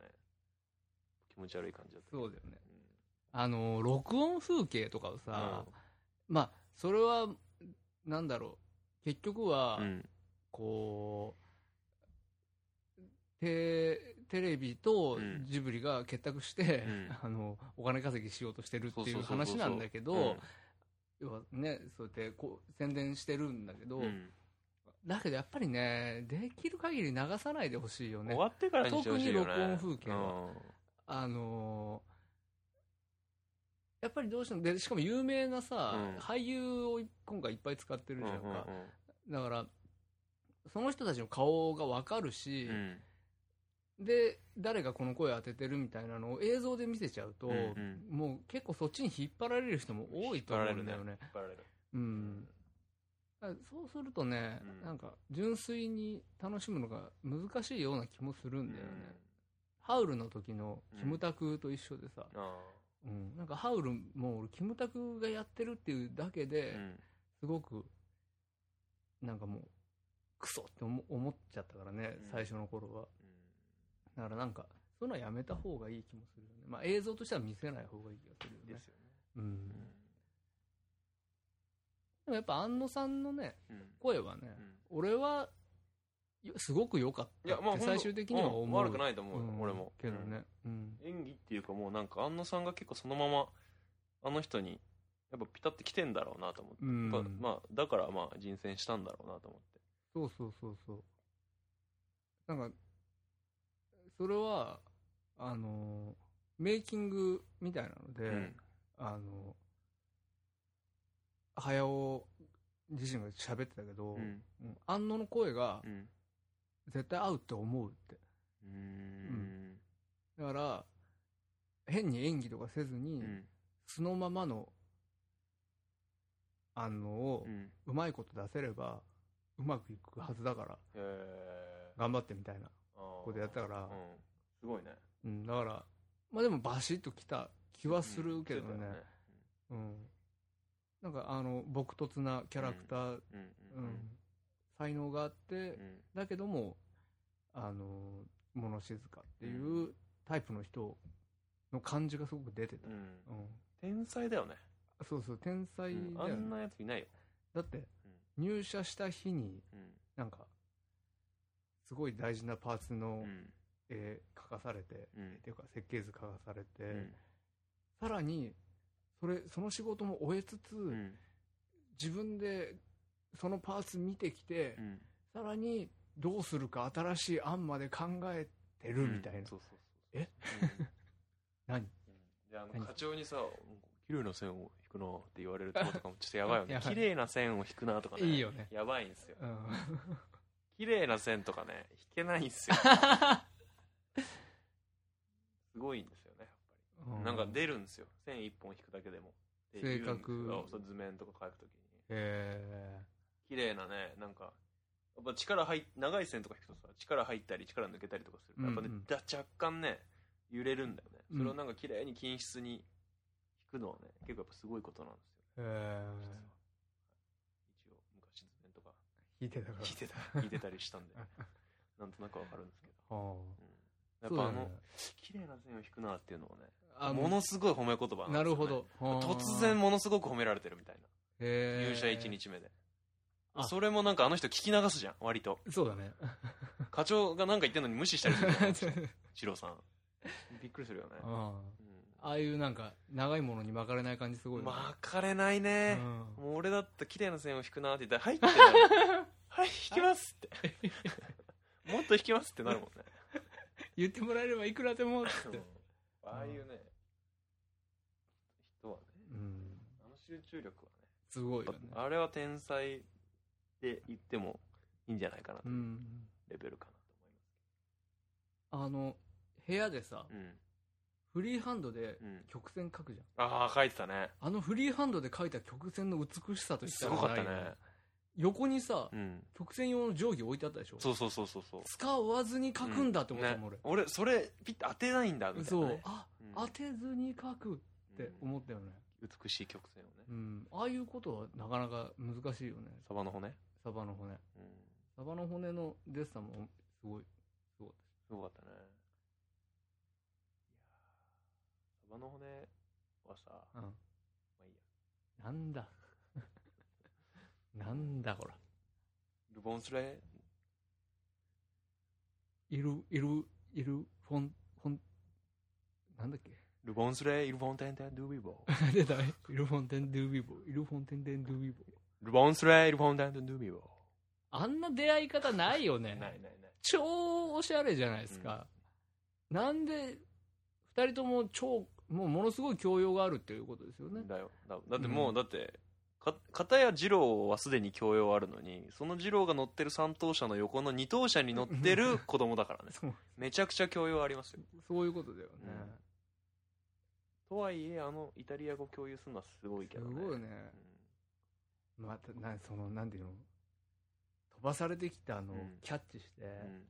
気持ち悪い感じだった
そうだよね。あの、録音風景とかをさ、
う
まあ、それは、なんだろう、結局は、
ん
こう、テテレビと
うん
ジブリが結託して、
うん
あの、お金稼ぎしようとしてる
そ
っ
そ
て
そ
い
そう
話なんだけど、
うん
要はね、そうやってこう宣伝してるんだけど、
うん
だけどやっぱりね、できる限り流さないでほしいよね
終。わってからにしてほしいよね
特に録音風景
う
は
ん
あのーやっぱりどうしても、で、しかも有名なさ、
うん
俳優を今回いっぱい使ってるじゃんか。
うんうん
だから、その人たちの顔がわかるし、
うんうん
で、誰がこの声を当ててるみたいなのを映像で見せちゃうと、
うんうん
もう結構そっちに引っ張られる人も多いと思うんだよね。
引っ張られる
うん。だからそうするとね、
うん
なんか、純粋に楽しむのが難しいような気もするんだよね。ハウルの時のキムタクと一緒でさ、
あ
うんなんかハウルも俺キムタクがやってるっていうだけ
ー
で、
うん
すごくなんかもうクソって思思っちゃったからね、
うん
最初の頃
う
は
ん
だからなんかそういうのはやめた方がいい気もするよね、まあ、映像としては見せない方がいい気がするよね
ですよね。
うん、
う
で
ん
もやっぱ安野さんのね
うん
声はね、
うん
俺はよすごく良かった
いや、まあ、
って最終的には思う、
うん悪くないと思うよ、
うん
俺も。
けどね、うん
うん。演技っていうか、もうなんか、安野さんが結構そのまま、あの人に、やっぱピタって来てんだろうなと思って。
うん
やっぱまあ、だからまあ、人選したんだろうなと思って。
そうそうそうそうなんかそれはあのメイキングみたいなので、
うん
あの早尾自身が喋ってたけど、
うん。
うん安野の声が
うん。
絶対合うって思うって
うーん。
だから変に演技とかせずに、
うん。
そのままの安野を
うん。
うまいこと出せればうまくいくはずだから
えー
頑張ってみたいな
こ
ことやったから、
うん。すごいね。
うん、だから、まあでもバシッときた気はするけど
う
ね。
んそ
うん
うだよね
なんかあの、朴突なキャラクター、
うん
うん。才能があって、
うん。
だけども、あの、物静かって
う
いうタイプの人の感じがすごく出てた。
う
うん。
ん。天才だよね。
そうそう、天才だよね、
うんあんなやついないよ。
だって、入社した日に、
うん。
なんか、すごい大事なパーツの
うん。
絵描かされて、
うん
っていうか設計図書かされて、
うん
さらにそれその仕事も終えつつ、
うん。
自分でそのパーツ見てきて、
うん。
さらにどうするか新しい案まで考えてるみたいな、
うんそうそうそうそう
え
うん
何
であの
何
課長にさ「綺麗な線を引くな」って言われるとことかもちょっとやばいよね
やばい
綺麗な線を引くなとかね
いいよね
やばいんですよ
うん
綺麗な線とかね引けないんですよすごいんですよねやっぱり なんか出るんですよ線一本引くだけでもって言うんですけど
正確
そう図面とか描くときに
え
綺麗なねなんかやっぱ力入っ長い線とか引くとさ力入ったり力抜けたりとかするからやっぱね、
うんうん
だ若干ね揺れるんだよね
うん
それをなんか綺麗に均質に引くのはね結構やっぱすごいことなんですよ
ー、え
実は
ー、
一応昔図面とか
弾いてたから
聞いてた聞いてたり したんでなんとなくわかるんですけ
はあ
ど、うんやっぱあ
そう
の
だね
綺麗な線を引くなっていうのはね
あ
ものすごい褒め言葉んですよね
なるほど、はあ
突然ものすごく褒められてるみたいな
へー
入社1日目で
あ
それもなんかあの人聞き流すじゃん割と
そうだね
課長が何か言ってんのに無視したりする じゃんシロさんびっくりするよね、
あ
う
ああいうなんか長いものに巻かれない感じすごい
ん、
よね
巻かれないね、
うん
もう俺だったら綺麗な線を引くなって言ったら「はい」ってな るはい引きますってもっと引きますってなるもんね
言ってもらえればいくらでもっつって、
うんああいうね人はね
うん、
あの集中力はね
すごいよね
あれは天才って言ってもいいんじゃないかなと
う
いうんレベルかなと思いま
あの部屋でさ
すうん
フリーハンドで
うん
曲線書くじゃん
ああ書いてたね
あのフリーハンドで書いた曲線の美しさといった
す
ら
ごかった
ないよ
ね
横にさ、
うん
曲線用の定規置いてあったでしょ
そうそうそうそうそう
使わずに書くんだって思ったもん、
ね俺それピッて当てないんだ
俺
みたい
そ
な
う、
ね
あ、
うん
当てずに書くって
うん
思ったよね
美しい曲線をね
うん、ああいうことはなかなか難しいよね
サバの骨
サバの骨
うん
サバの骨のデッサンもすごい
すごかったねいやーサバの骨はさ
うん
まあいいや
なんだ なんだこら。
ルボンスレ
いる、いる、いる、フォン、フォン、なんだっけ
ルボンスレイルボンテンテンドゥビボー
出たいるフォンテンドゥービボ。いるフォンテンテンドゥービボ。
ルボンスレイルボンテンテンドゥビボ
あんな出会い方ないよね。
ーないないない
超おしゃれじゃないですか。なんで、二人とも超、もうものすごい教養があるっていうことですよね。
だよだだってもう、
うん
だってか片や二郎はすでに教養あるのにその二郎が乗ってる三等車の横の二等車に乗ってる子供だからね
そう
めちゃくちゃ教養ありますよ
そういうことだよね。
とはいえあのイタリア語共有するのはすごいけ
す
どね
ごいね。また、な、その、なんていうの飛ばされてきたのを
うん
キャッチして、
うん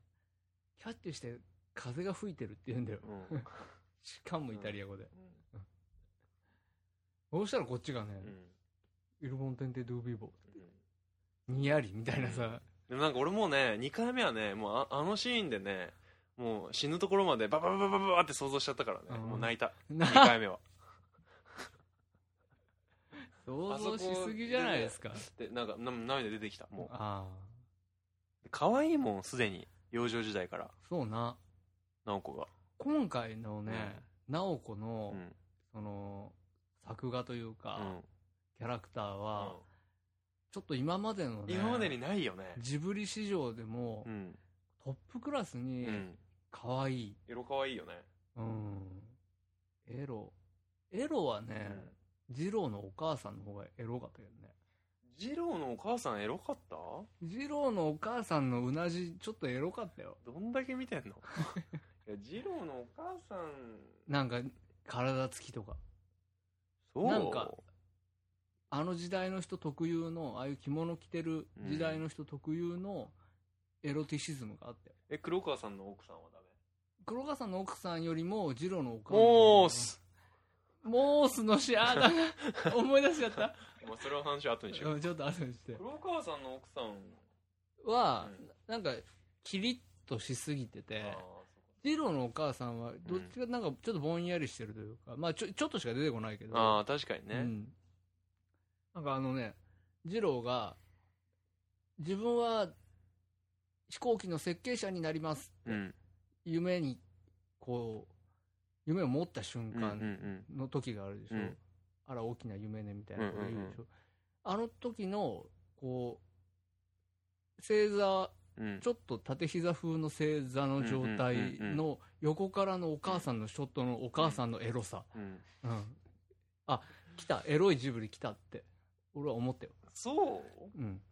キャッチして風が吹いてるって言うんだよ。
うん。
しかもイタリア語で。
うん
そうしたらこっちがね、
うん
イルボンテンテドゥービーボ
うん
ー。にやりみたいなさ。
でもなんか俺もうね、2回目はね、もうああのシーンでね、もう死ぬところまでバババババババって想像しちゃったからね、
うん
もう泣いた。
な
2回目は。
想像しすぎじゃないですか。
で、なんかな涙出てきた、も
ああ。
う。可愛いもん、すでに。幼女時代から、
そうな。
直子が。
今回のね、ナオコ
う
の、
ん。
その、作画という
う
か、
ん。
キャラクターは、
うん
ちょっと今までのね、
今までにないよね。
ジブリ史上でも、
うん。
トップクラス
う
に
ん。
可愛い、
色可愛いよね。
うん、エロエロは
う
ね、
ん
ジローのお母さんの方がエロかったよね
ジローのお母さんエロかった
ジローのお母さんのうなじちょっとエロかったよ
どんだけ見てん のいや、ジローのお母さん、
なんか体つきとか
そう
なんかあの時代の人特有のああいう着物着てる時代の人特有のエロティシズムがあったよ
え、黒川さんの奥さんはダメ
黒川さんの奥さんよりもジローのお母さんの方
モ
が
ース
モースのしあーだ 思い出しちゃった
まあ、それは話は後にしよう。
うんちょっと後にして
黒川さんの奥さん、
は
うん、
なんかキリッとしすぎてて
ああ
ジローのお母さんはどっちかなんかちょっとぼんやりしてるというか、まあちょちょっとしか出てこないけど
ああ確かに
う
ね、
ん、なんかあのねジローが自分は飛行機の設計者になります
うん、うん
夢にこう夢を持った
う
瞬
んうん
間の時があるでしょ、
うん
あら大きな夢ねみたいなこと言うでし
うんうん
ょ、
う
あの時のこう星座
うんうん
ちょっと縦膝風の星座の状態
うんうんうん
の横からのお母さんのショットのお母さんのエロさ、
うん
うん、あ来たエロいジブリ来たって俺は思ったよ、
そう
うん、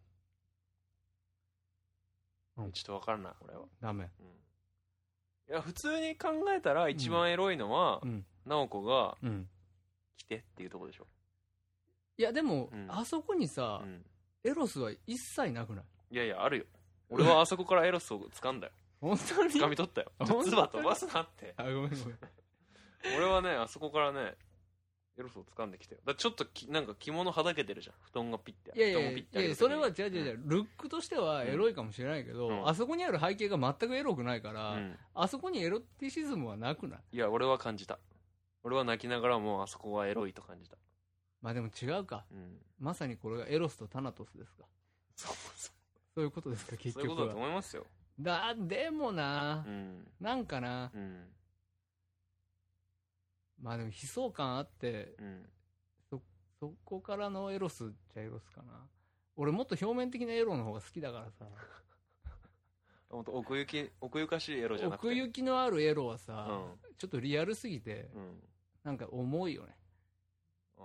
うん
ちょっと分からないこれは、
ダメ
うん、いや普通に考えたら一番エロいのは、
うん
直子が
うん
「来て」っていうとこでしょ、
いやでも、
うん
あそこにさ、
うん、
エロスは一切なくない
いやいやあるよ俺はあそこからエロスを掴 んだよ
本当に
掴み取ったよ
あ本当
唾飛ばすなって
あご めんごめん
俺はねあそこからねエロスを掴んできたよだからちょっときなんか着物はだけてるじゃん布団がピッて
いやいや
布団
い
もピ
や
ッてあ
い
げ
や
る時に
それは違う違う違う、ルックとしてはエロいかもしれないけど、
うん
あそこにある背景が全くエロくないから、
うん
あそこにエロティシズムはなくない
いや、俺は感じた。俺は泣きながらもあそこはエロいと感じた。
まあでも違うか
うん。
まさにこれがエロスとタナトスですか
そうそ
そういうことですか
う。
結
そういうこ
局
とだと
は
思いますよ。
だでもな
う、ん。
なんかな
うん。
まあでも悲壮感あって
うん。
そこからのエロスっちゃエロスかな俺もっと表面的なエロの方が好きだからさ
ほんと奥行き、奥ゆかしいエロじゃなくて。
奥行きのあるエロはさ、
う
ちょっとリアルすぎて
ん。うん。
なんか重いよね、
あ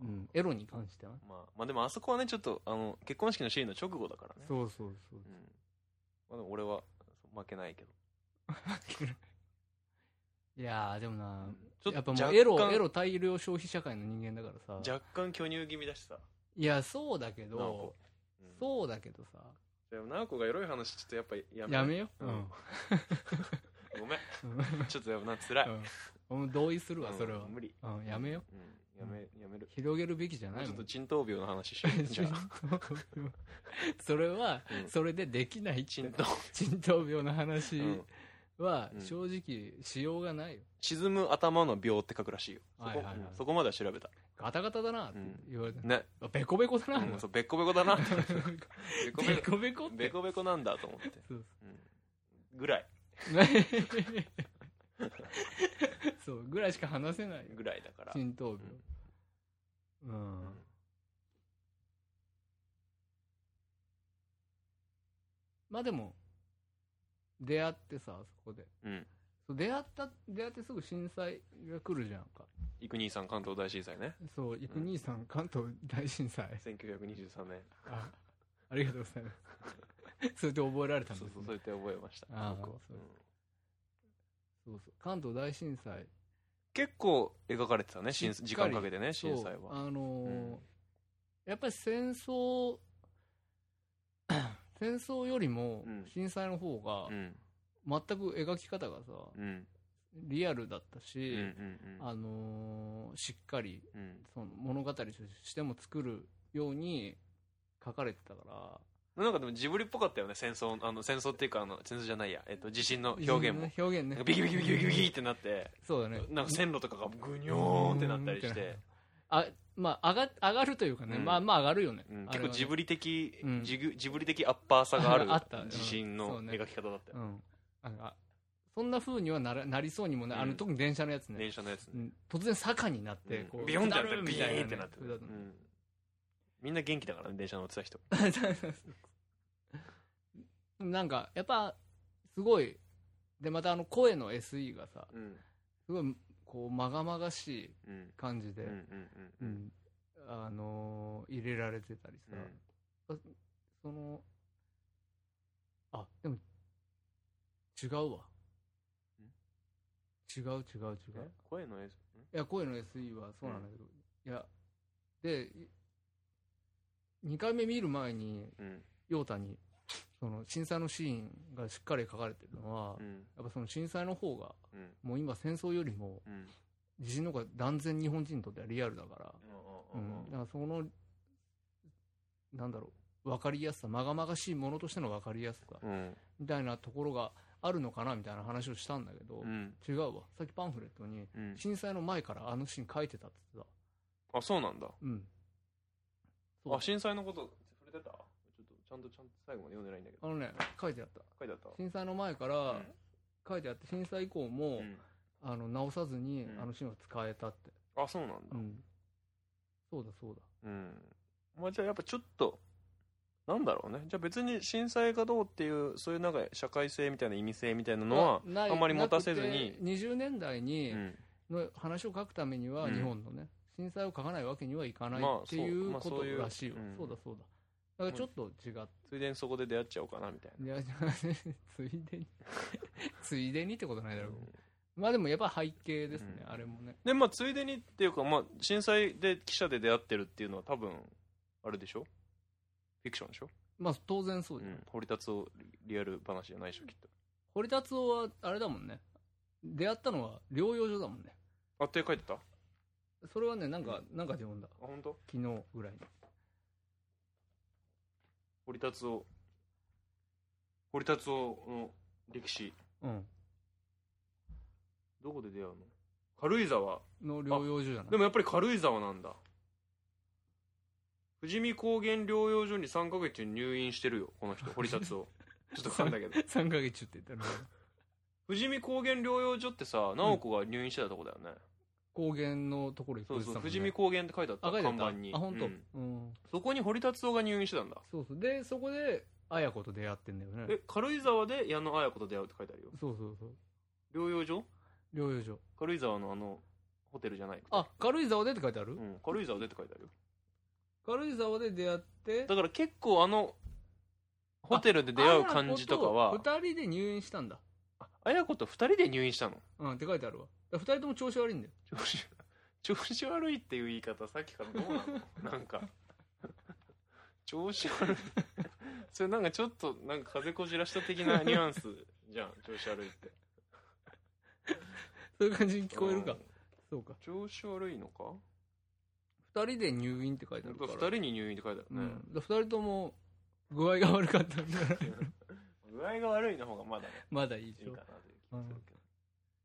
う
ー
ん、エロに関してはね
まあ、まあでもあそこはね、ちょっと、あの、結婚式のシーンの直後だからね。う。
そうそうそう。
ん。まあでも俺は負けないけど。
いやー、でもな、
ちょ
やっぱ
若
もう
干
エロ、エロ大量消費社会の人間だからさ。
若干巨乳気味だしさ。
いや、そうだけ
なん
ど
か、うん
そうだけどさ、
でも、なおこがエロい話ちょっとやっぱやめ
やめよ。う。
うんんごめん。
うん
ちょっとやっぱな、辛い。
俺も同意する
う
わ、
ん
それは。
無理。
うん、やめよ。
うん。やめ、やめる。
広げるべきじゃ
も
な
う
い
ちょっ
も
と
ん。
沈頭病の話しようじゃあ
それは、
うん
それでできない
沈頭
沈頭病の話
うん
は
うん
正直しようがないよ。
沈む頭の病って書くらしいよそこ,
はい
うん、
はいはい
そこまでは調べた
ガタガタだなって言われて、
ね、
あベコベコだな。
うん、そうべっこべこだなべこべ
ベ
こ
コベコって。
べこべこなんだと思って、
そう
うん、ぐらい
そうぐらいしか話せないよ
ぐらいだから
沈頭病うん、
うん
まあでも出会ってさそこで
うん
そう出会った出会ってすぐ震災が来るじゃんか
幾兄さん関東大震災ね
そう行く兄さん関東大震災
1923年
あ ありがとうございます それで覚えられたんです
そうそ
ね
うそうやって覚えました
あー
僕は
そう
うん
そうそう関東大震災
結構描かれてたね震
しっかり
時間かけてね
そう
震災は
あのー
うん
やっぱり戦争 戦争よりも
うん
震災の方が
うん
全く描き方がさ、
うん
リアルだった
う
し、
んうん
あのーしっかり
うんうん
その物語としても作るように書かれてたから
なんかでもジブリっぽかったよね戦争あの戦争っていうかあの戦争じゃないや、えっと、地震の表現も
表現
なん
ね
かビキビキビキビキビキってなって
そうだね
なんか線路とかがグニョーンってなったりして、
あまあ上が上がるというかね、
うん
まあまあ上がるよね、
うん
あ
結
れはね
構ジブリ的、
うん
ジグジブリ的アッパーさがある
あったうん
地震
そ
の
うね
描き方だったよ、
うんなんかそんな風にはならなりそうにもない、あ
う
の
ん
特に電車のやつね
電車のやつ
う
ね、
ん突然坂になって、
うん
こう
ビヨンってなっ
下
て
る
ビ
みたい
ー
な
ンってなってる、
下
う
る
んみんな元気だからね電車乗ってた人
なんかやっぱすごいでまたあの声の SE がさ
うん
すごいこうまがまがしい
うん
感じで、
うんうんうん
あのー入れられてたりさ、そのあでも違うわ違う違う違
え
う
声の S
いや声の SE はそうなんだけど、いやで2回目見る前に
うん
陽太にその震災のシーンがしっかり書かれてるのは、
うん
やっぱその震災の方が
うん
もう今戦争よりも
うん
地震の方が断然日本人にとってはリアルだから、
う
うんんだからそのなんだろう分かりやすさまがまがしいものとしての分かりやすさ
うんうん
みたいなところがあるのかなみたいな話をしたんだけど、
うん
違うわさっきパンフレットに
うん
震災の前からあのシーン書いてたって言って
あそうなんだ
たうんそう
あ震災のこと触れてたちょっとちゃんとちゃんと最後まで読んでないんだけど
あのね書いてあった
書いてあった
震災の前か
う
ら
ん
書いてあって震災以降も、
うん
あの直さずに
うん
あのシーンは使えたって、
あそうなんだ
うんそうだそうだ
うんまあじゃあやっぱちょっとなんだろうねじゃあ別に震災がどうっていうそういうなんか社会性みたいな意味性みたいなのは
なない
あんまり持たせずに
なくて20年代に、
うん
の話を書くためには、
うん
日本のね、震災を書かないわけにはいかない
まあ
っていう
そうまあ
こ
そ
と
ういう
らしいよ
うん。
そうだそうだ。だからちょっと違っ
ついでにそこで出会っちゃおうかなみたい
いや、ついでに、ついでにってことないだ
な
ろう。まあでもやっぱ背景ですね、
うん
あれもね。
でまあついでにっていうか、まあ、震災で記者で出会ってるっていうのは多分あれでしょフィクションでしょ、
まあ当然そううじゃない。
ん、堀達夫リアル話じゃないでしょきっ
堀達夫は、あれだもんね。出会ったのは療養所だもんね。
とあって書いてたあ
それはね、なんか、なんかで読んだ。
本当？
昨日ぐらいに。
堀達夫堀達夫の歴史
うん。
どこで出会うの軽井沢
の療養所じゃない
でもやっぱり軽井沢なんだ富士見高原療養所に3ヶ月入院してるよこの人堀達 夫ちょっと噛んだけど
3ヶ月って言ったら、
富士見高原療養所ってさ直子が入院してたとこだよね、
高原のところ行
そう
って
そ
た
う、
もんね
富士見高原って書いてあった
あ書いてあ
看
った
板に
あ、本当。
うん
うん。
そこに堀達夫が入院してたんだ
そうそう。で、そこで、綾子と出会ってんだよね。
え軽井沢で矢野綾子と出会うって書いてあるよ
そうそうそう。
療養所
療養所。
軽井沢のあのホテルじゃない
あ、軽井沢でって書いてある、
うん、軽井沢でって書いてあるよ
軽井沢で出会って、
だから結構あのホテルで出会う感じとかは
綾子と二人で入院したんだ。
綾子と2人で入院したの
うん、って書いてあるわ。だから二人とも調子悪いんだよ。
調子調子悪いっていう言い方さっきからどうなのなんか調子悪いそれなんかちょっとなんか風こじらした的なニュアンスじゃん調子悪いって
そういう感じ に聞こえるか。
うん
そうか。
調子悪いのか
二人で入院って書いてあるか
2
ら。
人に入院って書いてあ
う
るね、
ん。だから二人とも、具合が悪かったんだから
具合が悪いの方がまだね
まだいいで
い
し
い
ょ
か。なという気がするけ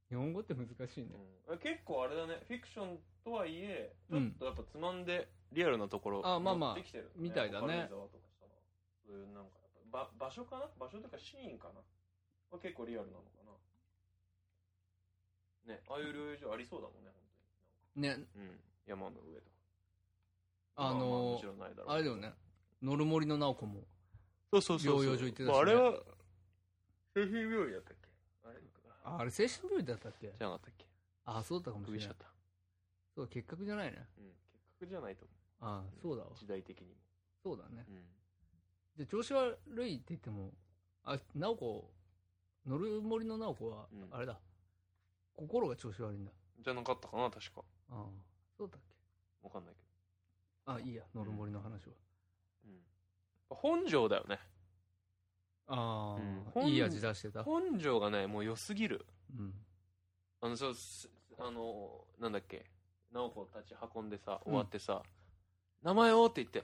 日本語って難しい
ど
ね。、
うん結構あれだねフィクションとはいえち
う
ょっ
ん
とやっぱつまんでリアルなところ
あまあまあ
持ってきてるね
みたいだね
軽井沢とかさそういうなんかやっぱ場場所かな場所というかシーンかな、まあ、結構リアルなのかなねああいう療養所ありそうだもんね
ね、
本当に、うん、山の上とか
あ
ままも
の
ちろんないだろうけど
あれだよね。ノルモリの直子も。
そうそうそうそう。
療養所行ってたしね
まああれは、精神病院だったっけあれ
ああれ精神病院だったっけ
じゃなかったっけ
あ、そうだったかもし
首
れ
し
な
ち
い
ゃっ。た。
そう、結核じゃないね。
うん。結核じゃないと
ああそうだわ
思う。。時代的にも。
そうだね。
うん。
で、調子悪いって言っても、あ、直子、乗る森の直子は
うん、
あれだ、心が調子悪いんだ。
じゃなかったかな、確か。
ああ、そうだっけ
わかんないけ
あ、いいや、乗る森の話は。
ど。うん。本庄だよね。
ああ、
うん
いい味出してた。
根性がね、もう良すぎる。
うん。
あの、そう、すあの、なんだっけ、直子たち運んでさ、終わってさ、名前をって言って、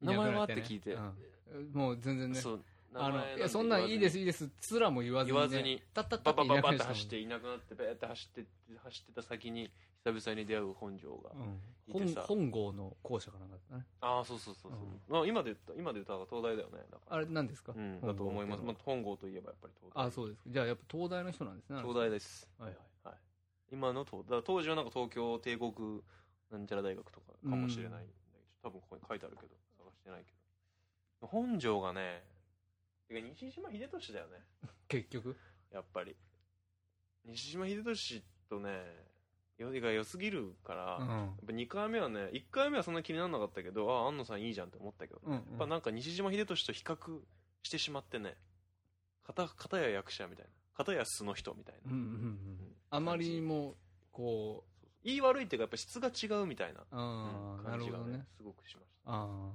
名前はって聞いて
いなくなってねうんもう全然ね。
そう、名
あの
前、
いや、そんなんいいです、いいです、すらも言わずに、ね。
言わずに、
たったった
バ
って
バ
い
ババ
なく
っ
な
て
っ
走っていなくなって、べーって走って、走ってた先に、久々に出会う本庄が
た。もんね
いて
うん。
さ
本本郷の校舎かなんかだったね。
ああ、そうそうそうそう。まあ今で言った、今で言ったら東大だよね。だから
あれ、何ですか
うん、だと思います。ま
本郷
あ
っ
本郷
て、
といえばやっぱり東
のは
大。
あ、そうです。じゃあ、やっぱ東大の人なんですね。
東大です。
大。はいはい。
今の東、だから当時はなんか東京帝国なんちゃら大学とかかもしれないんだけど、多分ここに書いてあるけど、探してないけど。本庄がね、てか西島秀俊だよね、
結局。
やっぱり。西島秀俊とね、よりが良すぎるから、
う
やっ
ん。
ぱ2回目はね、1回目はそんな気にならなかったけど、ああ、安野さんいいじゃんって思ったけどね、
うん、
やっぱなんか西島秀俊と比較してしまってね、かた片や役者みたいな、片や素の人みたい
うん
な。
うんうん
う
うん
ん
あまりにも、こ
言い悪いっていうか、やっぱ質が違うみたいな
う、あ
うん
あ、な
感
る
じ
ほ
が
ど
ね
ね。
すごくしました。
ああ。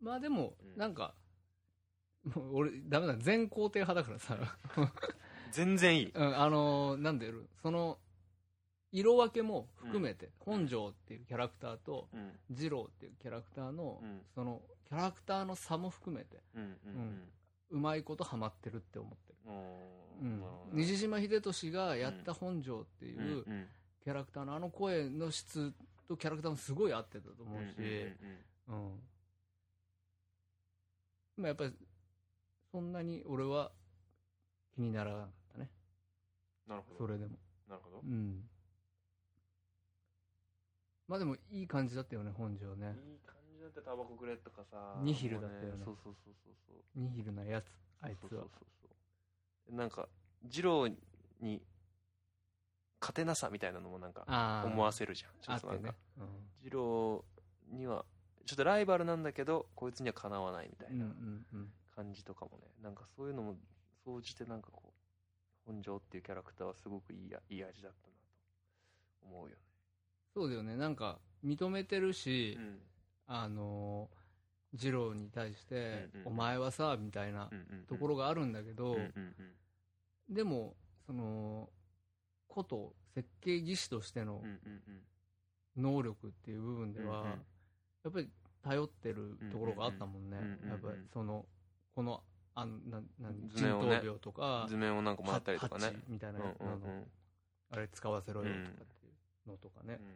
まあでも
う、ん
なんか、もう俺、ダメだ、全肯定派だからさ。
全然いい。
うん、あのーなんでるその色分けも含めて、
うん
本庄っていうキャラクターと
うん、
二郎っていうキャラクターの、
うん
そのキャラクターの差も含めて
うん、
うまいことハマってるって思ってる、
うん。う
うんん
なるほどね
西島秀俊がやった本庄っていううん
うん
キャラクターのあの声の質とキャラクターもすごい合ってたと思うし、
うんうん
うんまあやっぱりそんなに俺は気にならなかったね
なるほ
そ
ど。
れでも。
なるほど
う。ん。まあでもいい感じだったよね、本庄ね。
いい感じだってタバコくれとかさ。
ニヒルだったよね
もうそうそうそうそうそう。
ニヒルなやつ、あいつ
そう
は
そう。そうそうなんか、二郎に勝てなさみたいなのもなんか
ああ。
思わせるじゃん。ちょ
あっ
っとな
て
んか
ね。。うん
二郎には、ちょっとライバルなんだけど、こいつにはかなわないみた
う
い
んう
なん
うん。
感じとかもね、なんかそういうのも、総じてなんかこう、本庄っていうキャラクターはすごくいいやいい味だったなと思うよ
そうだよね、なんか認めてるし、
ね。
あのー、二郎に対して、
うんうん
お前はさ、みたいな
うんうんうん
ところがあるんだけ
う
ど、
んうんうん
でも、その、こと設計技師として
う
の
んうんうん
能力っていう部分では、
うんうん
やっぱり頼ってるところがあったもんね
うんうんう。ん
やっぱりその、この、あの、な、な、
図
人
面を
頭
ね
病とか、
図面をなんかもらったりとか
ハ
ね
ッチ。みたい
うん
な
う
やつ、
んうん
あのあれ使わせろよとかっていうのとかね。
うん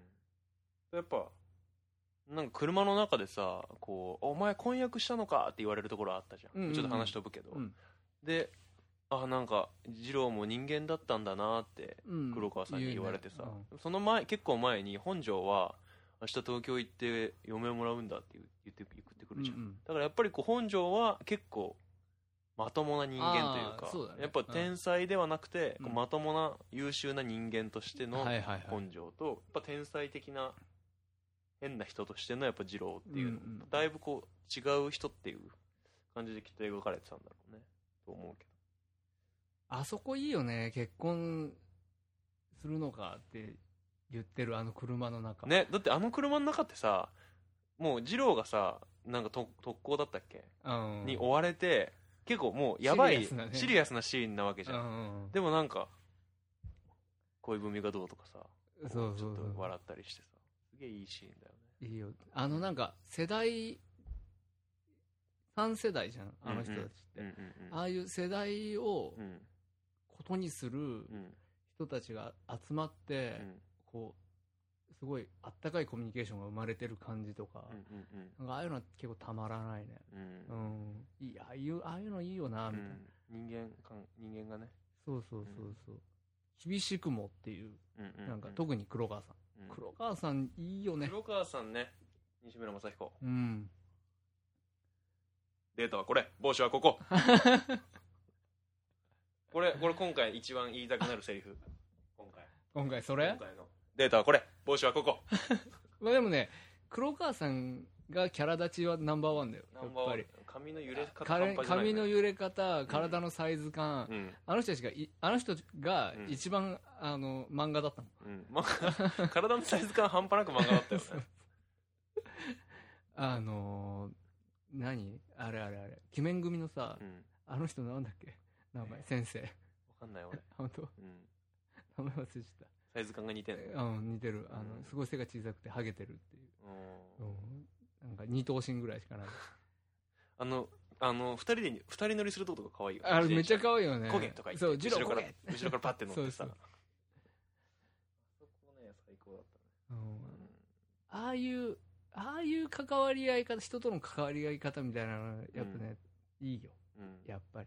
やっぱなんか車の中でさこう「お前婚約したのか」って言われるところあったじゃん、
うんうんうん
ちょっと話飛ぶけど、
うん
であなんか二郎も人間だったんだなって
うん
黒川さんに言われてさ
言うね、
その前結構前に本庄は明日東京行って嫁をもらうんだって言う言って言ってくるじゃん、
うんうん
だからやっぱりこう本庄は結構まともな人間という
あ
か
ーそうだね
やっぱ天才ではなくて、
うん
こうまともな優秀な人間としての
はいはいはい。
本庄と、やっぱ天才的な変な人としてのやっぱ二郎っていうの、
うんうん
だいぶこう違う人っていう感じできっと描かれてたんだろうねと思うけ
あそこいいよね、結婚するのかって言ってるあの車の中。
ど。ねだってあの車の中ってさもう二郎がさなんかと特攻だったっけ、
うん。
に追われて結構もうやばいシリ
シリアスなね
アスなシーンなわけじゃん、
うんうん
でもなんか恋文がどうとかさ
そうそう
ち
そ
ょっと
う。
笑ったりしてさすげえいいシーンだよね
いいよ。あのなんか、世代、3世代じゃん、あの人たちって。
うんうん
ああいう世代を
うん
ことにする
うんうん
人たちが集まって、こう、すごいあったかいコミュニケーションが生まれてる感じとか、
うんうんうん
なんかああいうのは結構たまらないね。
うん
うん。いや、ああいう、ああいうのいいよな、みたいな。
うん、人間感人間がね、
そうそうそうそう。厳しくもっていう、
うんう
なんか特に黒川さん。
うん
黒川さんいいよね。
黒川さんね西村雅彦
うん。
データはこれ帽子はこ ここれこれ今回一番言いたくなるセリフ今回
今回そ
今
れ
回のデータはこれ帽子はここ
まあでもね、黒川さんがキャラ立ちはナンバーワンだよ。や
ナン
っ
バーワ
ぱ
ン
り。
髪の揺れ方
彼髪の
揺れ、
揺れ方、体のサイズ感、
うん
あの人たちがい、あの人が
うん
一番、あの、漫画だったの。
うんまあ、体のサイズ感半端なく漫画だったよね
あのー何あれあれあれ鬼面組のさ、
うん。
あの人なんだっけ名前先生
わかんない、俺。
本当
うん。
名前忘れちゃっ
サイズ感が似てんの。
た、うん、似てるあの、
うん
すごい背が小さくてハゲてるっていう、
うん
うん、なんか二頭身ぐらい しかない
あの、あの、二人で、二人乗りするとことか可愛いよね。
あれ
自
めっ
転車
ちゃ可愛いよね
焦げとか言って
そうジロ
後ろ
ー
か
焦
ら
げ、
後ろからパッて乗ってさ。
そうそう
そこね、最高だったね。
うん
うん
ああいう、ああいう関わり合い方、人との関わり合い方みたいなの、やっぱね、いいよ、
うん
やっぱり。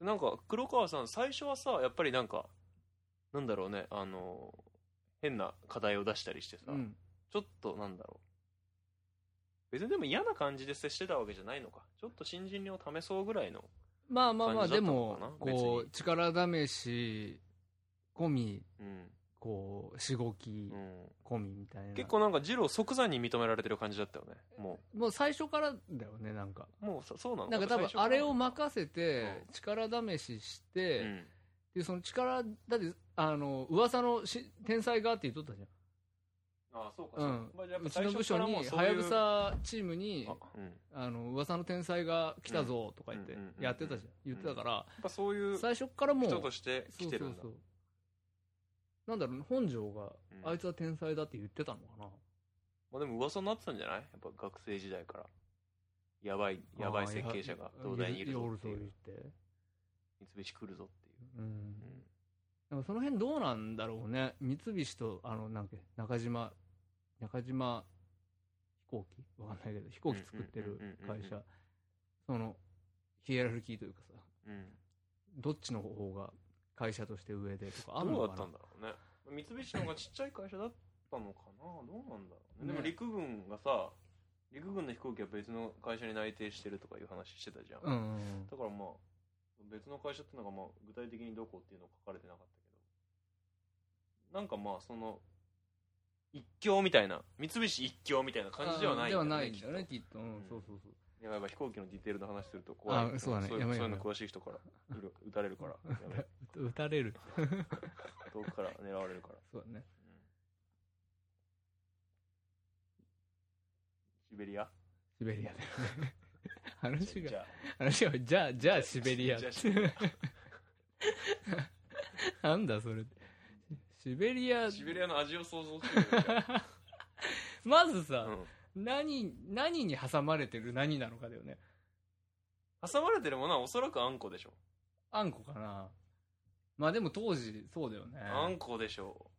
なんか黒川さん最初はさやっぱりなんかなんだろうねあの変な課題を出したりしてさ、
うん。
ちょっとなんだろう別にでも嫌な感じで接してたわけじゃないのかちょっと新人を試そうぐらいの
まあまあまあ、
感じだっ
で
たの
も
かな、
こ
別
う、力試し込み、
うん、
こう、しごき
うん、
込みみたいな。
結構なんかジロー即座に認められてる感じだったよねも
もう最初からだよね、なんか。
うもうそそうなの
なんか多分、あれを任せて
う、
力試しし
せ
て、
うん
で、その力、だって、あの、噂のし天才がって言っとったじゃん。
ああそうか
う
そ
ん
うかまあじゃあやっ
う
ぱ
ち
最
の部
初か
署
らもう
に、
そう
はや
いう
ぶさチームに
あ、うんや
あの噂の天才が来たぞとか言って
うんうんうんうん
やってたじゃん言ってたか
っぱそうい
ら
う
最初からもう
人として来てるんだ
そうそうそうなんだろうね本庄が
うん
あいつは天才だって言ってたのかな
まあ、でも噂になってたんじゃないやっぱ学生時代からやばいやばい設計者が
あー
東大にいるぞってい
いる
う
ぞって
三菱来るぞっていう、
うん
うん
でもその辺どうなんだろうね三菱とあのなんか中島中島飛行機わかんないけど飛行機作ってる会
うんうんうんうんうんう
社そのヒエラルキーというかさ
うん、
どっちの方が会社として上でとかあん
ど
の
う
か
だ
な
ったんだろうね三菱の方がちっちゃい会社だったのかなどうなんだろうねでも
ね
陸軍がさ陸軍の飛行機は別の会社に内定してるとかいう話してたじゃん、
うんうんうん
だからまあ別の会社ってのがまあ具体的にどこっていうのは書かれてなかったけどなんかまあその一強みたいな三菱一強みたいな感じではないん
で
だよ
は
ね
ないん
きっ
だ
と
よねきっとうん
うん
そうそうそう
やばいやばい飛行機のディテールの話すると怖い
あそうだね
そうい
や
う
ばい
そういうの
やば
詳しい人からうる撃たれるからやばい
打たれる
遠くから狙われるから、
そうだね
うんシベリア
シベ リアだよね話
じ
が
ゃ
話がじゃあじゃあシベリア
じゃあシベリ
なんだそれシベリア
あシベリアの味を想像してる よじゃ
まず
あ、う
さ
ん
何何に挟まれてる何なのかだよね
挟まれてるものはおそらくあんこでしょ、
あんこかなまあでも当時そうだよね
あんこでしょ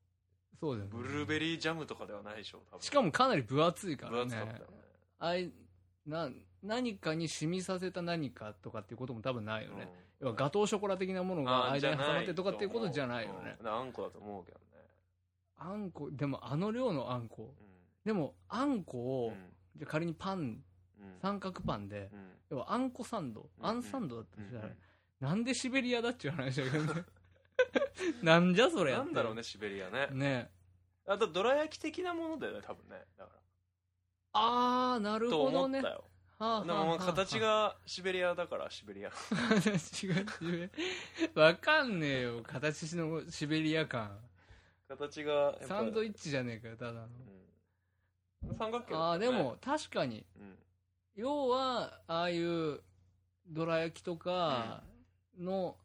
そうだよね
ブルーベリージャムとかではないでしょ多分
しかもかなり分厚いか
分
らね
厚かったよね
あいな何かに染みさせた何かとかっていうことも多分ないよね、要はガトーショコラ的なものが間に挟まってとかっていうことじゃないよね、
あんこだと思うけどね
あんこでもあの量のあんこでもあんこ
うん
を、じゃあ仮にパン
うんうん
三角パンで
うん
要はあんこサンド
うん
あんサンドだったじゃない、
うん
なんでシベリアだっちゅう話だけどねなんじゃそれ
なんだろうねシベリアね
ね
あとどら焼き的なものだよね多分ねだか
ああな
ら
る
と
ほ
思
ど
っ
ね
たよ
はあ
で
はあは
も
あ
形がシベリアだからシベリア
形がシベ わかんねえよ形のシベリア感
形がやっぱ
サンドイッチじゃねえかよただの
うん三角形だ
あ
っ
あ
た
で
よね
も確かに
うん
要はああいうどら焼きとかの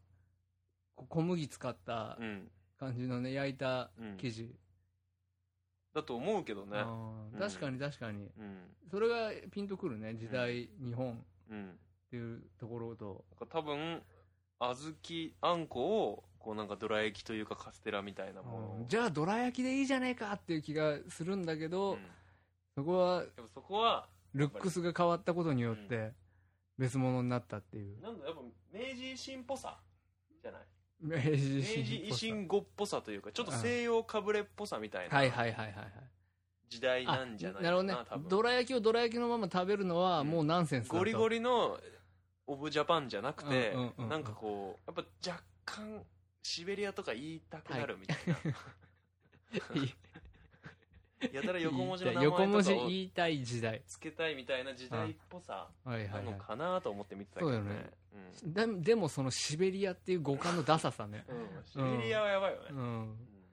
こう小麦使った
うん
感じのね焼いた
うん
生地、
だと思うけどね
あー
うん
確かに確かに
うん
それがピンとくるね時代、日本っ
うん
ていうところと
なんか多分小豆あんこをこうなんかどら焼きというかカステラみたいなものを
じゃあどら焼きでいいじゃねえかっていう気がするんだけど、
うん
そこは
でもそこは
ルックスが変わったことによって別物になったっていう
なんだやっぱ明治維新っぽさじゃない
明治
明
維
治維
新っぽさ
新後っぽさというかちょっと西洋かぶれっぽさみたい
はい
な
はいはいはいはい
時代
あ
なんじゃない
な
か
る
な
ほどね
多分
どら焼きをどら焼きのまま食べるのはもうナンセンスだと
ゴリゴリのオブジャパンじゃなくて、
うんうんうんうん
なんかこうやっぱ若干シベリアとか言いたくなるみたいな、
いい
やたら横文字の名
横文
前と
字
かを
言いたい時代
つけたいみたいな時代っぽさ
はいは、
ないの
は
かなと思って見てたけどね,、
そうだよ
う
ねい、ででもそのシベリアっていう五感のダサ さね
んうんシベリアはやばいよね、
う
うん
ん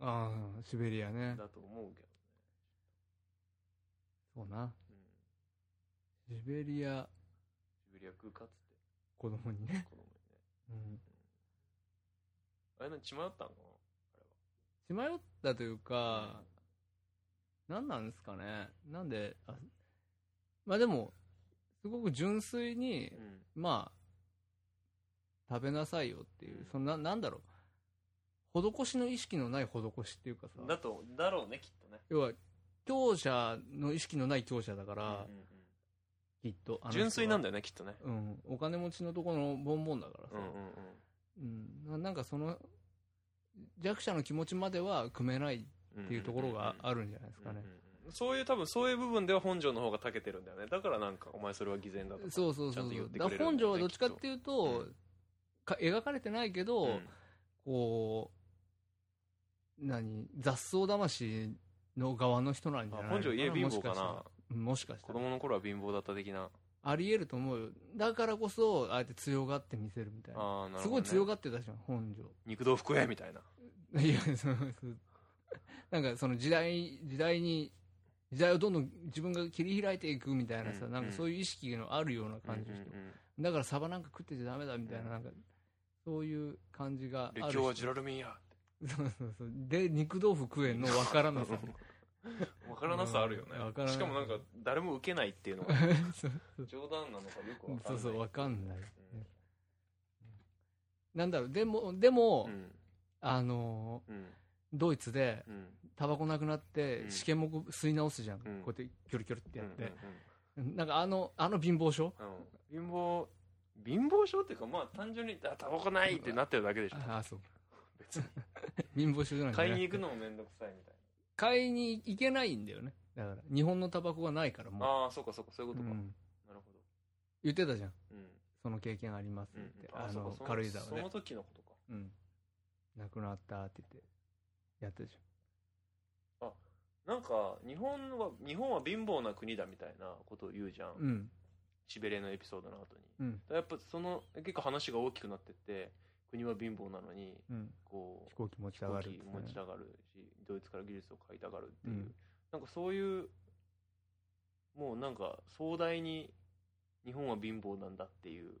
ああシベリアね
だと思うけど
そうな。
うん。
シベリア、
シベリア食うかっつって。
子供にね。
子供にね。
うん。
あれなん血迷ったんかな
血迷ったというか、何なんですかね。なんで、あまあでも、すごく純粋に
あれ、は。うん。、
まあ、食べなさいよっていううんそのな、なんだろう。施しの意識のない施しっていうかさ、
だと、だろうね、きっとね。
要は、強者の意識のない強者だから、
うんうんうん
きっと。
純粋なんだ
だ
よね、きっとね。
うん。お金持ちのところのボンボンだからさ
うん、うんうん。
うんななんかその、弱者の気持ちまでは組めないっ
うんうんうん
ていうところがあるんじゃないですかね。
うんうんそういう多分そういう部分では本庄の方が長けてるんだよねだからなんかお前それは偽善だとか
そうそう
ちゃ
そ
ん
う
と
そ
言っ
う。
て
だ
く
か
れ
ら
るん
本
だよ
庄は
ね
どっちかっていうと、
うん
か描かれてないけど、
うん
こう、何、雑草魂の側の人なんじゃない
あ
の
本庄家貧乏か
もしし
な
たらうんもしかした
子
ら。
供の頃は貧乏だった的な
あり得ると思うよ。だからこそ、あえて強がって見せるみたいな。
あーなるほどね
すごい強がってたじゃん、本庄。
肉道服屋みたいない
や、そうそう。なんかその時代、時代に、時代をどんどん自分が切り開いていくみたいなさ、
うん
なんかそういう意識のあるような感じの人。
うんうんうん
だからサバなんか食ってちゃダメだみたいな、
うん
なんか、そういう感じがある人。
列強はジュラルミンや
そうそうそう。で、肉豆腐食えんのわからなさ。
わからなさあるよね
うんわからない
しかもなんか誰も受けないっていうのが
そう
冗談なのかよくわか
そ
んな
う
い
そう、わかんない。
うん
なんだろう、でも、でも、
うん
あのー、
うん
ドイツで、
うん
タバコなくなっ
う
て、
ん
試験目吸い直すじゃん。
ん
こうやって、キョロキョロってやって。
う
なんかあの、あの貧乏症
んうんうん貧乏貧乏症っていうかまあ単純にあタバコないってなってるだけでしょ
ああ、そう。
別に
貧乏症じゃない
買いに行くのもめんどくさいみたい
買いに行けないんだよね。だから、日本のタバコがないから、
な
も
ああそうかそうかそういう
う。
ことか、
うん
なるほど
言ってたじゃん。
うん
その経験あります
うん
って。
うん
あ
そう
の
かそ、
軽井沢
そ
で
の。時のことか
うん。亡くなったって言って、やったじ
なんか日本は日本は貧乏な国だみたいなことを言うじゃん、
ゃん。うん。
シベレのエピソードの後に
うん。
だからやっぱその結構話が大きくなってって国は貧乏なのに
うん。
こ
飛
う
行機持ち
飛
上が
行
るっ
機
つってね
持ちたがるしドイツから技術を買いたがるっていう、
うん
なんかそういうもうなんか壮大に日本は貧乏なんだっていう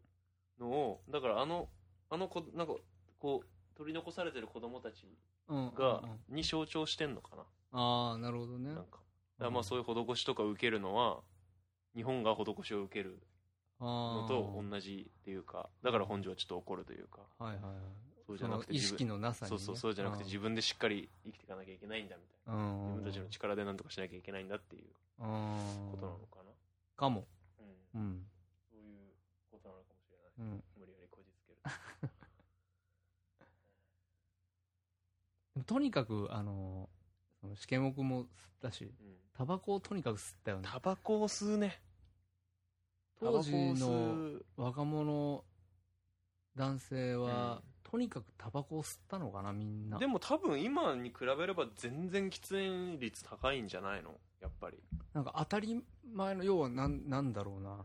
のをだからあのあの子なんかこう取り残されてる子供たち
うん
が
うんうん
に象徴してんのかな
ああなるほどね
なんかだからまあそういう施しとか受けるのは日本が施しを受けるの
の
と同じっていうかだから本庄はちょっと怒るというか
はいはいはい
そうじゃなくて
その意識のなさに
そ
ね
うそうそうじゃなくて自分でしっかり生きていかなきゃいけないんだみたい
うん
な自分たちの力で何とかしなきゃいけないんだっていう
うん
ことなのかな
かも
うん
うん
そういうことなのかもしれない
うん
無理やりこじつける
でもとにかくあのその試験目も吸ったし
うん
タバコをとにかく吸ったよね
タバコを吸うね
当時
タバ
の
コを吸う
若者男性は、
うん
とにかくタバコを吸ったのかなみんな
でも多分今に比べれば全然喫煙率高いんじゃないのやっぱり
なんか当たり前の要はなんなんだろうな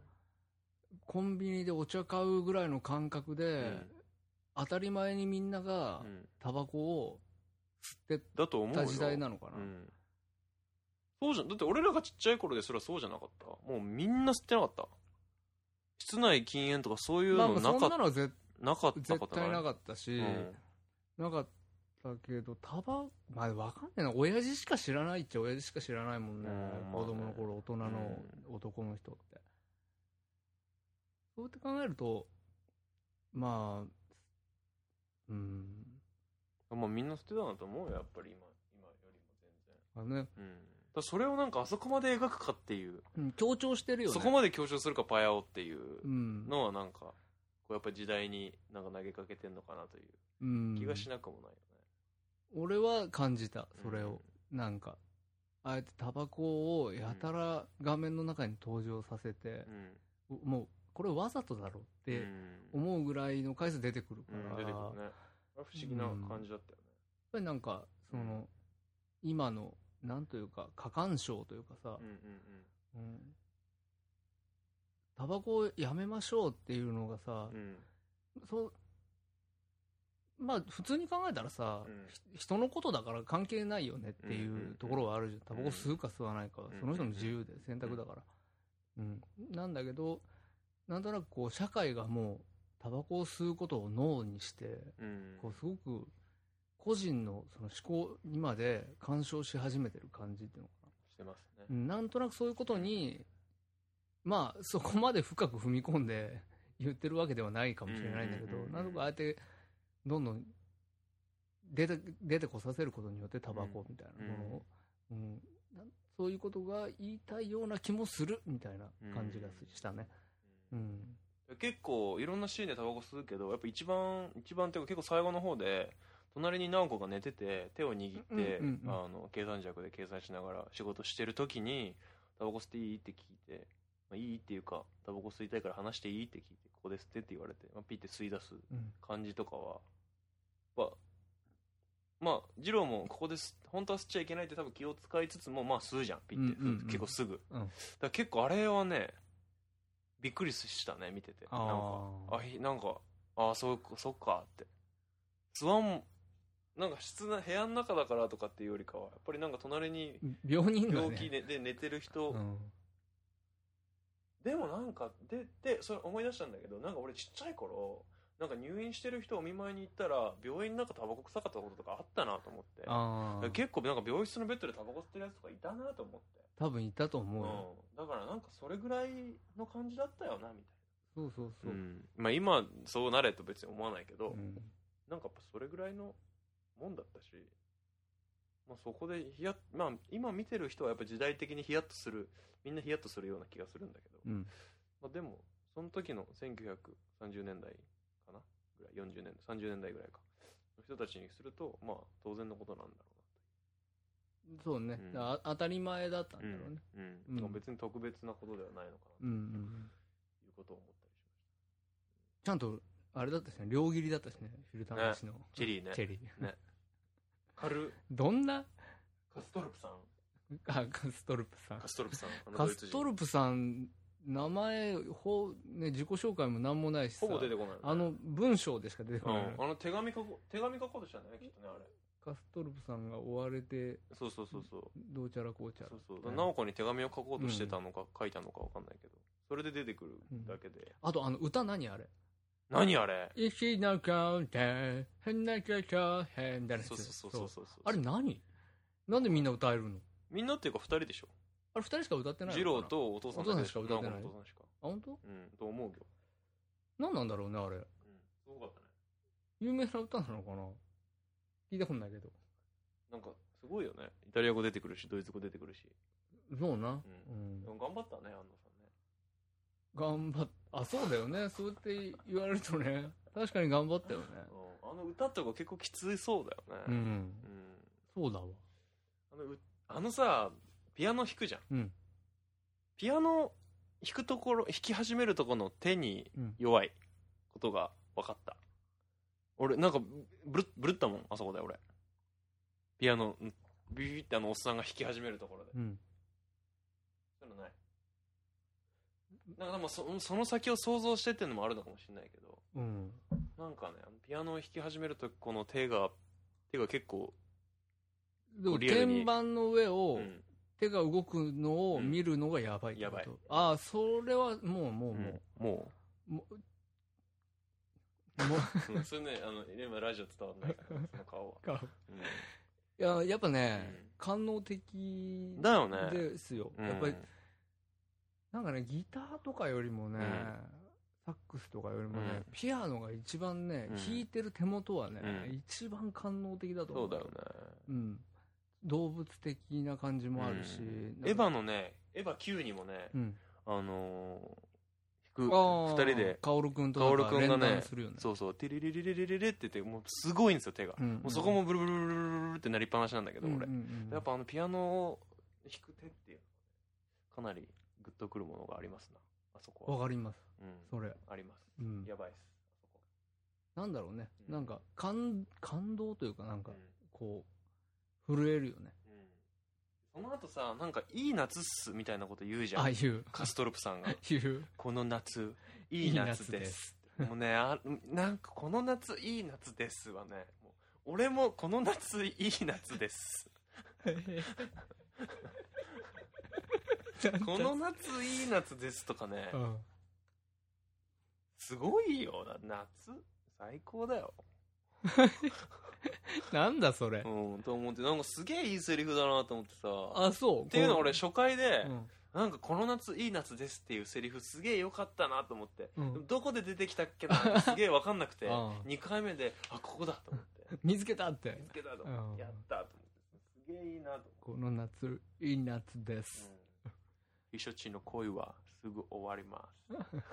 コンビニでお茶買うぐらいの感覚で、当たり前にみんなが
うんうん
タバコを吸って
だと思う
た
よ
時代なのかな、
うん、そうじゃんだって俺らがちっちゃい頃ですらそうじゃなかったもうみんな吸ってなかった室内禁煙とかそういう
まあ
の
まあ
なか
そん
っ
な
た
のは絶
なかったこ
絶
とない
対な
かっ
かったし、
うん
なかったけどタバまあ分かんないな親父しか知らないっちゃ親父しか知らないもんね、
うんまあね
子供の頃大人の男の人って、そうやって考えるとまあうん
まあ、みんな吸ってたなと思うよやっぱり今今よりも全
あのね、
然、うん、だからそれをなんかあそこまで描くかっていう
うん強調してるよね
そこまで強調するかパヤオっていう
うん
のはなんかこうやっぱ時代になんか投げかけてんのかなという
うん
気がしなくもないよね、
俺は感じた
うん
それを、なんか、あえてタバコをやたら画面の中に登場させて
う、ん
もうこれわざとだろうっ
う
て
ん
思うぐらいの回数出てくるか
うん
ら、
出てくるね
やっ
あれ不思議な感じだったよね、
ぱりなんか、その、今の、なんというか、過干渉というかさ
うん、うんうん
うんタバコをやめましょうっていうのがさ、
うん
そう、まあ、普通に考えたらさ、
うん
ひ人のことだから関係ないよねってい
んうんう
うんうところはあるじゃん。タバコ吸うか吸わないかは
うん、
その人の自由で選択だから。うん。なんだけど、なんとなくこう、社会がもう、タバコを吸うことを脳にして、
うん
こう、すごく、個人のその思考にまで干渉し始めてる感じっていうのかな。
してますね
う。んなんとなくそういうことに、まあ、そこまで深く踏み込んで言ってるわけではないかもしれないんだけ
うん
ど
うんうんう、ん
なんとかあえて、どんどん出て、出てこさせることによって、タバコみたいなものを、うんなんそういうことが言いたいような気もするみたいな感じがすしたね。うん。
結構いろんなシーンでタバコ吸うけどやっぱ一番一番っていうか結構最後の方で隣に直子が寝てて手を握って、
うんうんうん
あの計算尺で計算しながら仕事してる時に「タバコ吸っていい?」って聞いて「まあ、いい?」っていうか「タバコ吸いたいから話していい?」って聞いて「ここで吸って」って言われて、まあ、ピッて吸い出す
うん
感じとかはまあまあ二郎もここで吸本当は吸っちゃいけないって多分気を使いつつもまあ吸うじゃんピッて、
うんうんうん
結構すぐ、
う
だ
ん
から結構あれはねびっくりしたね見てて
あ
なんか
ー
あひなんかああそうそっかって吸わんなんか室内部屋の中だからとかっていうよりかはやっぱりなんか隣に
病人がね。
病気でで寝てる人、
うん。
でもなんかででそれ思い出したんだけどなんか俺ちっちゃい頃なんか入院してる人お見舞いに行ったら病院の中タバコ臭かったこととかあったなと思って
ああ。
結構なんか病室のベッドでタバコ吸ってるやつとかいたなと思って、
多分いたと
う
思うよ。
ん、だからなんかそれぐらいの感じだったよなみ
そうそう
た
そ
いな、
う。
まあ、今そうなれと別に思わないけど、
うん
なんかやっぱそれぐらいのもんだったし、まあ、そこでヒヤッまあ、今見てる人はやっぱ時代的にヒヤッとするみんなヒヤッとするような気がするんだけど、
うん。
まあ、でもその時の1930年代かなぐらい40年代30年代ぐらいかの人たちにするとまあ当然のことなんだろ
そうね
うん。
だからあ当たり前だったんだ
うな
ろうね。
うんうん
うん
なんか別に特別なことではないのか
う
なん
うん。
ということを思ったりし
ちゃんと、あれだったしね、両切りだったしね、フィルターなしの。
チェリーね
チェリー。
ねましたカル・
どんな、
カストルプさん
あ、カストルプさん
カ。ストルプさんあの
カ
ドイツ
スト
人
ルプさん、名前、ほう、ね、自己紹介もなんもないしさ
ほぼ出てこないよね
あの、文章でしか出て
う
こ
ん
ない。
あの手紙書こう手紙書こうとしたんだよねきっとねあれ
カストルプさんが追われて、
そうそうそうそう
どうちゃらこうちゃら
そう。そうだから直子に手紙を書こうとしてたのか、書いたのかわかんないけどそれで出てくるだけで、
あと、あの、歌何あれ
何あれ
石の顔で、変な曲を変みたいなや
そ
つ
うそうそうそうそうそう
あれ何なんでみんな歌えるの
みんなっていうか2人でしょ
あれ二人しか歌ってない
二
のかな
郎とお父さんだけでしょ
お父さんしか歌ってな
直
い
子のお父さんしか
あ、本当？
うんと思うよ、
何なんだろうね、あれ。
うん、すごかったね
有名な歌なのかな聞いたことないけど。
なんかすごいよねイタリア語出てくるしドイツ語出てくるし
そうな。
う
うん
で。も頑張ったね安野さんね
頑張っ、あ、そうだよね。そうやって言われるとね。確かに頑張ったよね。
うんあの歌とか結構きつそうだよ
う
ね
ん。
うん、
そうだわ。
あのうあのさピアノ弾くじゃん、
うん
ピアノ弾くところ弾き始めるところの手に
うん
弱いことが分かった俺なんかブルッブルったもんあそこで俺ピアノうんビビビってあのおっさんが弾き始めるところで
うん。
そういうのないなんかでもそその先を想像してっていうのもあるのかもしれないけど
うん。
なんかねあのピアノを弾き始めるとこの手が手が結構、
でも、
リアルに
鍵盤の上を、
うん
手が動くのを見るのがやばいってこと。
うんやばい
ああ、それはもう、もう、もう。
も
もう
ううんそれねあの今ラジオ伝わんないからその顔は、
か
うん
いや、やっぱね、
うん
官能的
だよね
ですよ。
うん
やっぱり、なんかね、ギターとかよりもね、
うん
サックスとかよりもね、
うん
ピアノが一番ね、
うん
弾いてる手元はね、
うん
一番官能的だと
そ
思。
ううだよね。
うん。動物的な感じもあるし。
うん
なんか
エヴァのね、エヴァ9にもね
う、ん。
あのー、弾
あー
く、二人で、
カオルくんとなんか
カオルくんがね
連弾するよね。
そうそう、ティリリリリリリリって言って、もうすごいんですよ、手が。
うんうん
もうそこもブルブルブルブルブルってなりっぱなしなんだけど、
うんうん
俺。
うん
やっぱあの、ピアノを弾く手っていうのはね、かなりグッとくるものがありますな、あそこ
わ
は。
かります。
うん、
それ。
あります。
うん。
やばいっす。
なんだろうね。
うん
なんか、感、感動というか、な
あ
ん
そ
か
こ、
こう、震えるよね。
うんうんその後さ、なんか、いい夏っすみたいなこと言うじゃ
ああ
ん
い。う、
カストロプさんが。
いう。
この夏、いい夏
いい夏
で
ですす。
もうね、あなんかこの夏いい夏ですはね、もう俺もこの夏いい夏 です。 この夏いい夏ですとかね、
うん
すごいよ、だ夏最高だよ。
なんだそれ。
うん、と思って、なんかすげえいいセリフだなと思ってさ。
あ、そう。
っていうの俺
こ
初回で、
うん
なんかこの夏いい夏ですっていうセリフすげえ良かったなと思って、
うん
でもどこで出てきたっけなってすげえ分かんなく て
ああ
2回目であここだと思って
見つけたって
見。つけたと思って
ああ
やったと思ってすげえいいなと思って、
この夏、いい夏です。
うん、避暑地の恋はすぐ終わります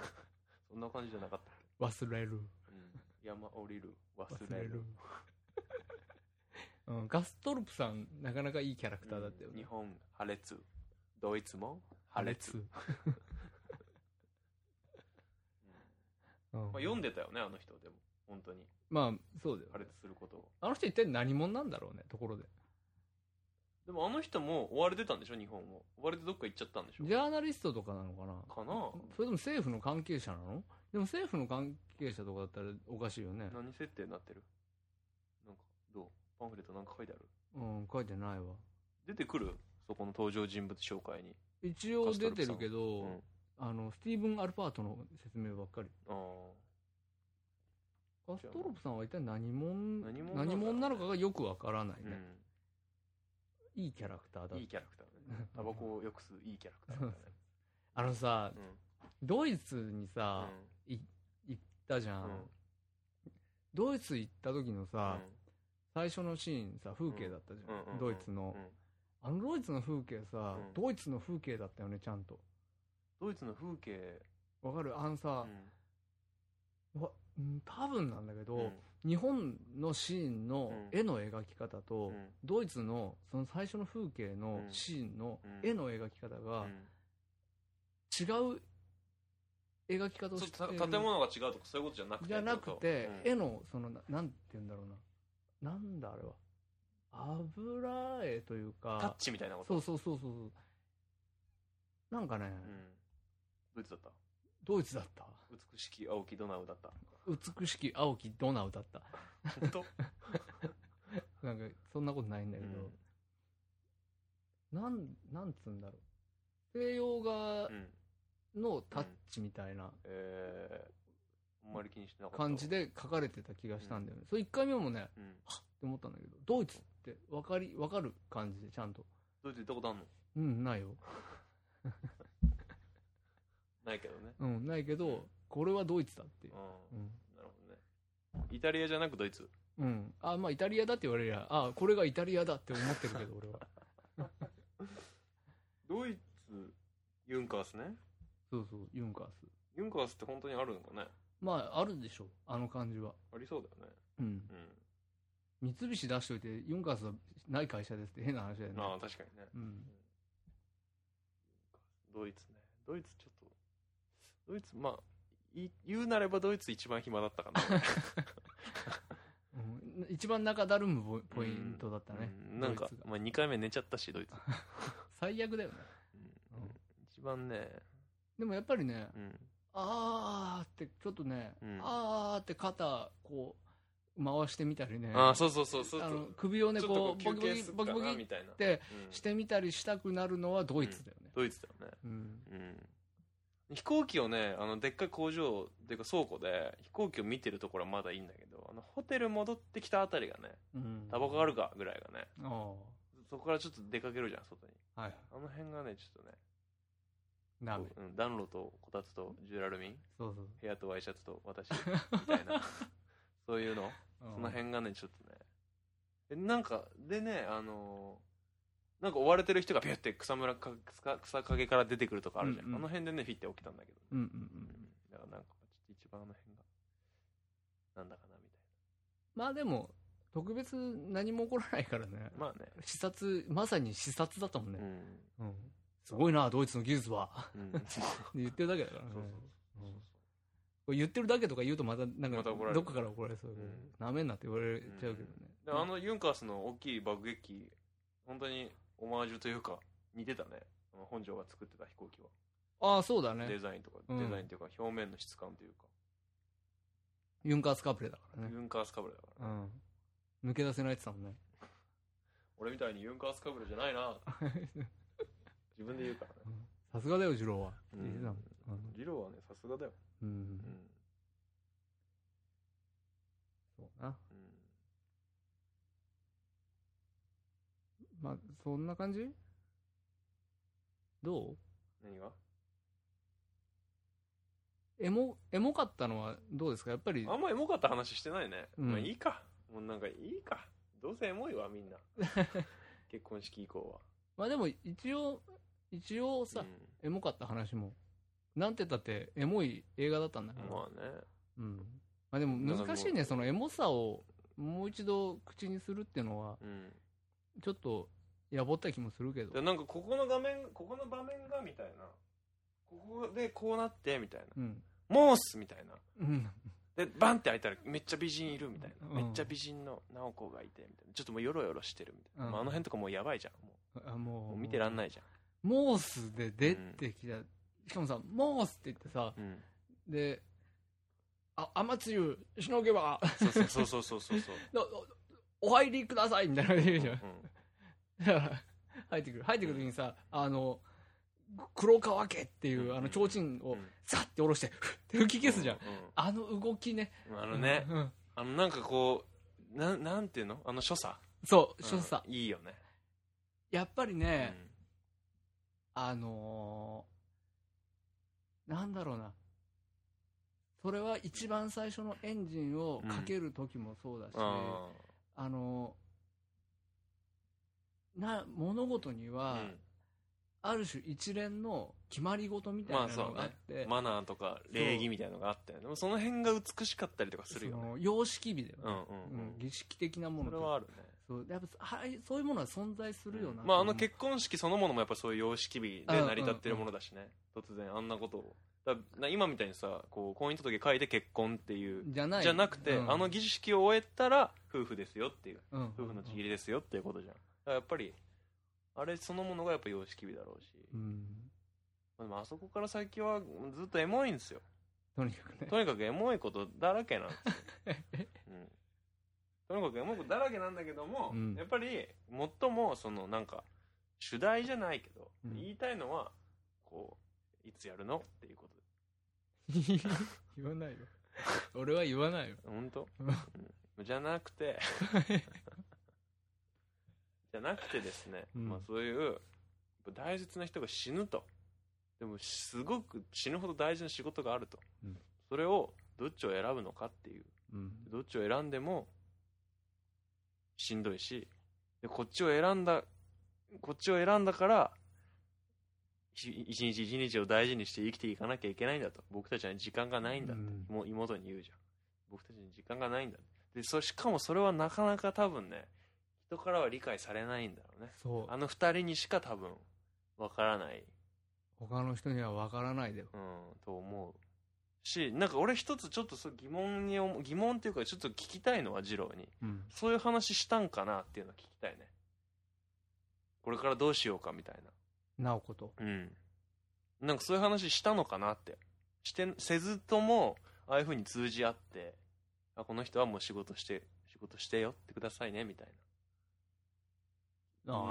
そんな感じじゃなかったっけ、
忘れる。
うん、山降りる忘
忘
れ
れ
る
る。うん、ガストルプさん、なかなかいいキャラクターだったよ
うん
ね
日。本破裂ドイツも破裂、うん。
うん
まあ、読んでたよねあの人でも本当に
まあ、そうだよね、
破裂することを
あの人一体何者なんだろうね、ところで。
でもあの人も追われてたんでしょ日本も追われてどっか行っちゃったんでしょ
ジャーナリストとかなのか
か
な
な
それとも政府の関係者なのでも政府の関係者とかだったらおかしいよね。
何設定になってるなんかどうパンフレットなんか書いてある
うん、書いてないわ。
出てくるそこの登場人物紹介に
一応出てるけ
う
ど、
ん
あの、スティーブン・アルパートの説明ばっかり。
あ
ガストロプさんは一体何者、
何
何
者
者
なんだろう
なのかがよくわからない
ー
ね、いいキャラクター
う
だ
んいいキャラクターねタバコをよく吸ういいキャラクターだね
あのさ、
うん
ドイツ
う
に
ん
さ、行ったじゃん。
うん
ドイツ行った時の
う
さ、
ん
最初のシーンさ、風景だったじゃん。
うんうん
ドイツの
う。ん
あのドイツの風景さ、
うん
ドイツの風景だったよね、ちゃんと。
ドイツの風景
わかるあの
う
さ、
ん
わうん多分なんだけど、
うん
日本のシーンの
うん
絵の描き方と、
うん
ドイツのその最初の風景の
うん
シーンの
うん
絵の描き方が
うん
違う描き方を
そ
し
う
て
た
る
建物が違うとかそういうことじゃなくて
じゃなくて、絵
の
のそのななんて言うんだろうななんだあれは油絵という
タッ
か
チみたいなこと
そうそうそうそうなんかね、
うんドイツだった
ドイツだった
美しき青きドナウだった
美しき青きドナウだった
本当
なんか、そんなことないんだけど、
うん
なん、なんつうんだろう。西洋画
うん
のタッチみたいな
えー、あんまり気にしてなかった
感じで書かれてた気がしたんだよね。それ一回目もね、っ
うん
て思ったんだけど、ドイツって分かり、分かる感じでちゃんと。
ドイツ行ったことあんの
うん、ないよ。
ないけどね
うん、ないけど、これはドイツだっていう
う。ん
うん。
なるほどねイタリアじゃなくドイツ
うん。あ、まあ、イタリアだって言われりゃ、あ、これがイタリアだって思ってるけど、俺は。
ドイツユンカースね
そうそう、ユンカース。
ユンカースって本当にあるのかね
まあ、あるでしょ。あの感じは。
ありそうだよね
うん。
う
三菱出しといて、ユンカースはない会社ですって変な話だよ
ん
ね。
ああ確かにね
うん。
ドイツねドイツちょっとドイツまあい言うなればドイツ一番暇だったかな
うん一番中だるむポ ポイントだったね
う。んなんか
ドイツが
まあ2回目寝ちゃったし ドイツ、
最悪だよね。
うん一番ね
でもやっぱりね、
うん
あーって、ちょっとね、
うん
あーって肩、こう、回してみたりね。
ああそうそうそうそう
あ
そう
の首をね、
ちょっと
こ
休
う、ボキボ
憩
キ、
する
ボキ
か
ボ
な
キ
み
った
いな
て
うん
してみたりしたくなるのはドイツだよね。
ドイツだよね
うん。
うん、飛行機をねあのでっかい工場っていうか倉庫で飛行機を見てるところはまだいいんだけどあのホテル戻ってきたあたりがね
うん
タバコあるかぐらいがね
ああ。
そこからちょっと出かけるじゃん外に
はい。
あの辺がねちょっとねこう
ダメ。
うん、暖炉とこたつとジュラルミン
そうそう。
部屋とワイシャツと 私みたいなそういうの
うん
その辺がねちょっとねえなんかでねあのーなんか追われてる人がピュって草むらか草草陰から出てくるとかあるじゃん、
うんうん
あの辺でねフィって起きたんだけど
うんうん
う
うんん。
だからなんかちょっと一番あの辺がなんだかなみたい
まあでも、特別何も起こらないからね。
なまあね
視察、まさに視察だったもんね
う。
うんすごいな、ドイツの技術は。
ん、うん、 そう
言ってるだけだからね。
そう
う
そ
ん
う
これ言ってるだけとか言うとまた、なん
ま
か、
た怒られる
どっかから怒られそうだけ
うん
ど、なめんなって言われちゃうけどね。
であのユンカースの大きい爆撃機本当にオマージュというか似てたねあの本庄が作ってた飛行機は、
ああ、そうだね
デ。ザインとか
うん
デザインというか表面の質感というか、
ユンカースカプレだからね
ユ。ンカースカブレだから。
うん。抜け出せないって言って
俺みたいにユンカースカブレじゃないな。
たもんね。
自分で言うからね。
さすがだよ、次郎は。
う
って言ってたもん。
んジローはね、さすがだよ。
うん。うん
うん。
そうな。
うん
まあ、そんな感じどう
何が
エモ、エモかったのはどうですかやっぱり
あ、んまエモかった話してないね。
うん
まあいいか。もうなんかいいか。どうせエモいわ、みんな。 結婚式以降は。
まあでも一応、一応さ、
うん
エモかった話も、なんて言ったってエモい映画だったんだから。
まあね。
うん。まあでも難しいね、そのエモさをもう一度口にするっていうのは、
うん。
ちょっと、やぼった気もするけど
で。なんかここの画面、ここの場面がみたいな。ここでこうなってみたいな。
うん。
モースみたいな。
うん。
でバンって開いたらめっちゃ美人いるみたいな、
うん
めっちゃ美人の直子がいてみたいなちょっともうヨロヨロしてるみたいな、
うん
まあ、あの辺とかもうやばいじゃんも
あ、
う
も
も
う。。
う見てらんないいじゃ
モースで出てきた。しかもさ、モースって言ってさ、
ん、うん、
で、あ、天つゆ、しのげば、
そうそうそうそうそうそう、
どおお入りくださいみたいな感じで
う
言うんじゃん。だから入ってくる入ってくる時にさ、あの黒川家ってい
うん
うあの提灯
う
を
ん
さって下ろしてふって吹き消すじゃん、
う
あの動きね
んうんあのね
うん
あのなんかこうなんなんていうのあの所作
そう所作、
うんいいよね、
やっぱり
うん
ね、あのーなんだろうなそれは一番最初のエンジンをかける時もそうだし、
あ
あのーな物事に
ー
は、ある種一連の決まり事みたいなのがあって、
うんマナーとか礼儀みたいなのがあったよねでもその辺が美しかったりとかするよ
そ
ね
の様式美だよ
うんう
ね、
ん
うん
うん
儀式的なも
そ
のと
れ
か
はあるね
そうやっぱああいうそういうものは存在するよな、
まああの結婚式そのものもやっぱそういう様式美で成り立ってるものだしね、突然あんなことをだな今みたいにさこう婚姻届書いて結婚っていう
じゃない
じゃなくて、
うん
あの儀式を終えたら夫婦ですよっていう
うん
夫婦のちぎりですよっていうことじゃんだからやっぱりあれそのものがやっぱ様式美だろうし、
うん
でもあそこから先はずっとエモいんですよ
とにか くね
とにかくエモいことだらけなんですよ、 うんとにかくエモいことだらけなんだけども、
うん
やっぱり最もそのなんか主題じゃないけど、
うん
言いたいのはこういつやるのっていうこと
言わないよ俺は言わないよ
本 当、
う
うんんじゃなく てじゃなくてですね、
うん
まあ、そういう大切な人が死ぬとでもすごく死ぬほど大事な仕事があると、
うん
それをどっちを選ぶのかっていう
うん
どっちを選んでもしんどいしでこっちを選んだこっちを選んだからひ一日一日を大事にして生きていかなきゃいけないんだと僕たちは時間がないんだ、
うん
もう妹に言うじゃん僕たちに時間がないんだでそしかもそれはなかなか多分ね人からは理解されないんだろうね
そう
あの二人にしか多分わからない、
他の人には分からないで
うん、と思うしなんか俺一つちょっとそう疑問に思う疑問っていうかちょっと聞きたいのは二郎に
うん
そういう話したんかなっていうのを聞きたいね。これからどうしようかみたい
なおこと
な。うん。なんかそういう話したのかなって。して、せずとも、ああいう風に通じ合って、あ、この人はもう仕事して、仕事してよってくださいね、みたいなんか
あ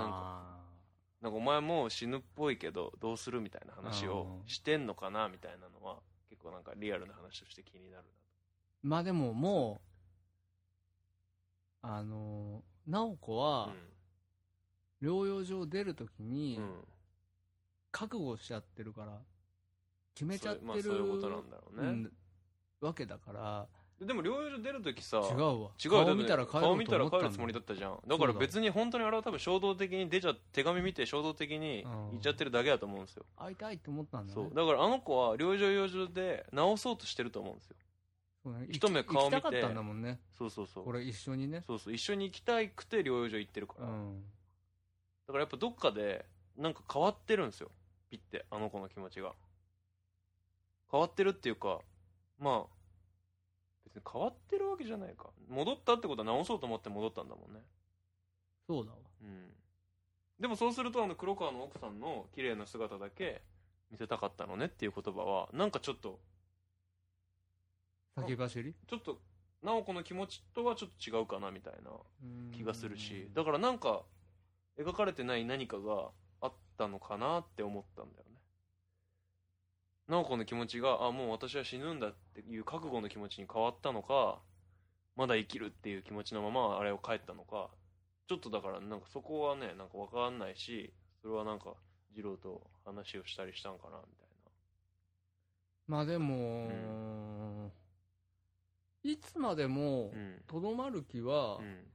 な。なんかお前もう死ぬっぽいけど、どうするみたいな話を
うん
してんのかなみたいなのは、結構なんかリアルな話として気になる
ーまあでももうあのなおこ
な。
は療養所を出るときに、
うん。うん。
覚悟しちゃってるから決めちゃって
そう
る
まあそういうことなんだろうね。
うんわけだから
でも療養所出るときさ、
違うわ
違う
顔見たら帰ろ
顔
う
見
と
たら
思った
帰
んだ
るつもりだったじゃんだから別に本当にあれは多分衝動的に出ちゃ手紙見て衝動的に行っちゃってるだけだと思うんですよ、
会いたいと思ったんだね
そうだからあの子は療養養所で治そうとしてると思うんですよ
そうね
一目顔見て
行きたかったんだもんね
そうそうそう
これ一緒にね
そうそう一緒に行きたいくて療養所行ってるか
う
ら、だ
ん
からやっぱどっかでなんか変わってるんですよピッてあの子の気持ちが変わってるっていうかまあ別に変わってるわけじゃないか戻ったってことは治そうと思って戻ったんだもんね
そうだわ
うんでもそうするとあの黒川の奥さんの綺麗な姿だけ見せたかったのねっていう言葉はなんかちょっと
先走り
ちょっと、なおこの気持ちとはちょっと違うかなみたいな気がするし、だからなんか、描かれてない何かがあったのかなって思ったんだよね。なおこの気持ちが、あ、もう私は死ぬんだっていう覚悟の気持ちに変わったのか、まだ生きるっていう気持ちのままあれを帰ったのか、ちょっとだからなんかそこはね、なんかわかんないし、それはなんか、二郎と話をしたりしたんかな、みたい
まあでも、いつまでも
な。うん。
とどまる気は
うん。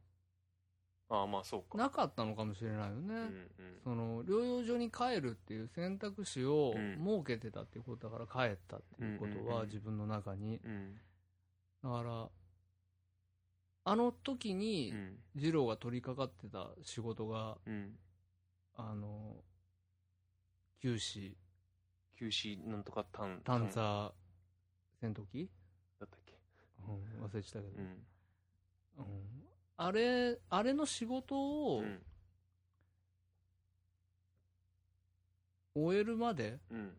ああ、まあそうか。
なかったのかもしれないよね、
うん
その療養所に帰るっていう選択肢を
うん
設けてたっていうことだから帰ったっていうこと
うんうんう
は
ん
自分の中に
うん。うん。
だからあの時
う
に
ん。
二郎が取り掛かってた仕事が
うん。
あの九死
休止なんとか探、
探査戦闘機、
だったっけ。
うん、忘れてたけど、
うん。
うんあれあれの仕事を
うん。
終えるまで
うん。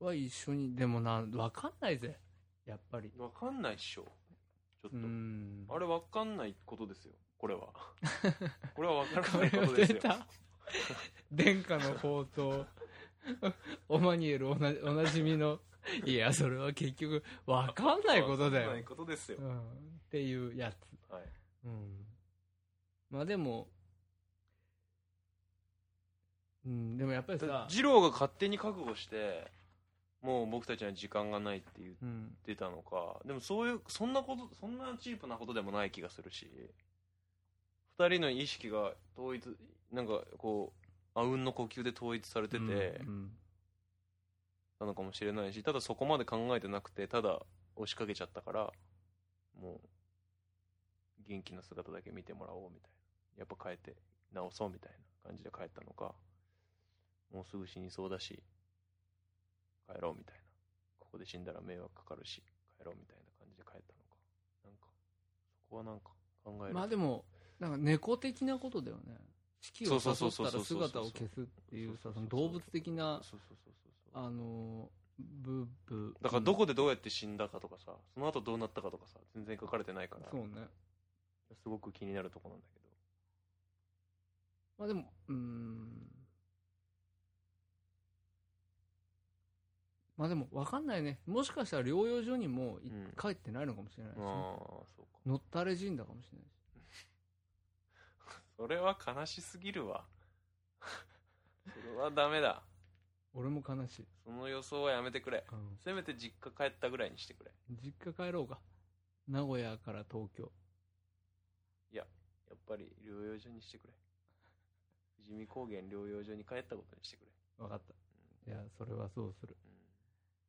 は一緒にでもな分かんないぜやっぱり
わかんないっしょ。ちょっと。
うん
あれわかんないことですよ。こ れは。これはわから
こ
な
れ
いこ
は
とで
出
すよ。
た殿下の宝刀 オマニエルおなおなじみのいやそれは結局分かんないことだ
わ
よ
かんない、ことですよ
う。ん、っていうやつ、
はい。
うん、まあでもうんでもやっぱりさ、
二郎が勝手に覚悟して、もう僕たちには時間がないって言っ
うん、
てたのか、でもそういう、そんなこと、そんなチープなことでもない気がするし、二人の意識が統一、なんかこう、あうんの呼吸で統一されてて、
うん
なのかもしれないし、ただそこまで考えてなくて、ただ押しかけちゃったから、もう、元気な姿だけ見てもらおうみたいな。やっぱ変えて、直そうみたいな感じで帰ったのか、もうすぐ死にそうだし、帰ろうみたいな。ここで死んだら迷惑かかるし、帰ろうみたいな感じで帰ったのか。なんか、そこはなんか考える。
まあでもなんか猫的なことだよね四季を
そう
誘
そう
っ
そう
た
そうそう
ら姿を消すっていうさその動物的な
そうそうそうそうそう。
あのブーブー
だからどこでどうやって死んだかとかさ、その後どうなったかとかさ、全然書かれてないから。
そうね
すごく気になるとこなんだけど。
まあでも、うーん。まあでも、わかんないね。もしかしたら療養所にもい
うん
帰ってないのかもしれないし、ね
ああ、そうか。
乗ったれ死んだかもしれないし。
それは悲しすぎるわ。 それはダメだ。
俺も悲しい。
その予想はやめてくれ。
うん
せめて実家帰ったぐらいにしてくれ。
実家帰ろうか。名古屋から東京。
やっぱり療養所にしてくれ。富士見高原療養所に帰ったことにしてくれ。
わかった。いや、それはそうする。
うん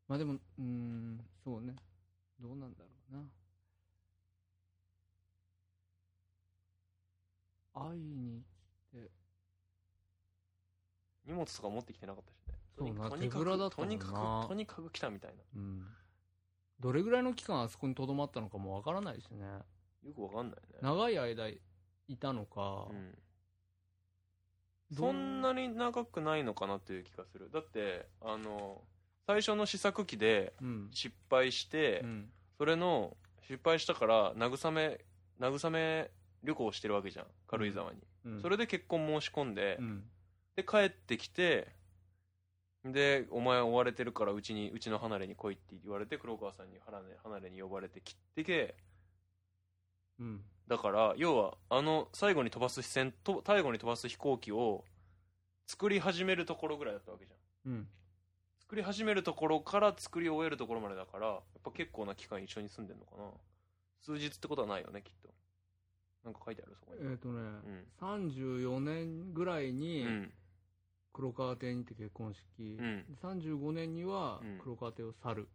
まあでも、うーん、そうね。どうなんだろうな。会いに
荷物とか持ってきてなかったしね。
そうな
とにかく
手ぶらだった
と
もんな
にかく、とにかく来たみたいな。
うん、どれぐらいの期間あそこにとどまったのかもわからないしね
よくわかんないね。
長い間いたのか、
うん。
ど
そんなに長くないのかなっていう気がする。だって、あの、最初の試作機で
うん、
失敗して、
うん、
それの失敗したから慰め慰め旅行をしてるわけじゃん軽井沢に、
うん
それで結婚申し込んで、
うん
で帰ってきてでお前追われてるからうちにうちの離れに来いって言われて黒川さんに離れ離れに呼ばれて切ってけ
うん
だから要はあの最後に飛ばす飛線と最後に飛ばす飛行機を作り始めるところぐらいだったわけじゃん
うん
作り始めるところから作り終えるところまでだからやっぱ結構な期間一緒に住んでんのかな数日ってことはないよねきっとなんか書いてあるそこ
えっ、
に
とね、
うん
34年ぐらいうに
ん
黒川邸にて結婚式、
うん
35年には
うん
黒川邸を去る、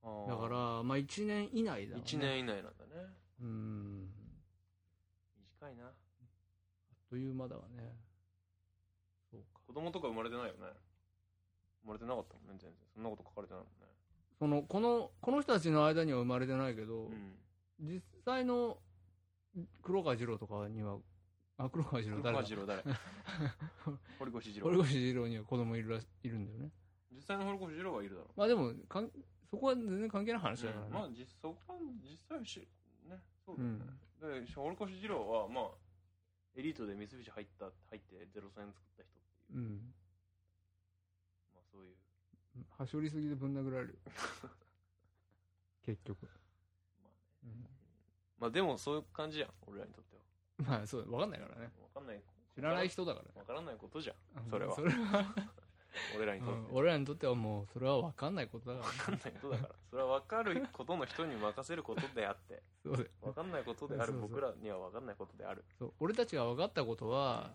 あー
だからまあ1年以内だ、ね、
1年以内なんだね
うん
短いな
あっという間だわねそうか
子供とか生まれてないよね生まれてなかったもんね全然そんなこと書かれてないもんね
そのこのこの人たちの間には生まれてないけど、
うん
実際の黒川次郎とかには、あ、黒川次郎
黒
誰
川
だ
次郎 誰堀越二
堀
郎
越二郎には子供いるらしいるんだよね。
実際の堀越二郎はいるだろ
まあでも、かんそこは全然関係ない話だから
まあ
ね。
実そこは実際しねそう
う
だよね
ん。
でしょ俺越二郎はまあエリートで三菱入った入ってゼロ戦作った人っていう、
うん。
まあそういう
はしょりすぎでぶん殴られ るよ。結局。
まあね
うん
まあでもそういう感じじゃん俺らにとっては
まあ、そう、わかんないからね。
分かんない
知らない人だか
わからないことじゃん
ら ね。
それは
それは、
俺らに
う
とって
ん、俺らにとってはもう、それはわかんないことだからね。
分かんないことだからそれは分かることの人に任せることであって
そうだよ
分かんないことである
そうそう
僕らには分かんないことである
そう俺たちが分かったことは、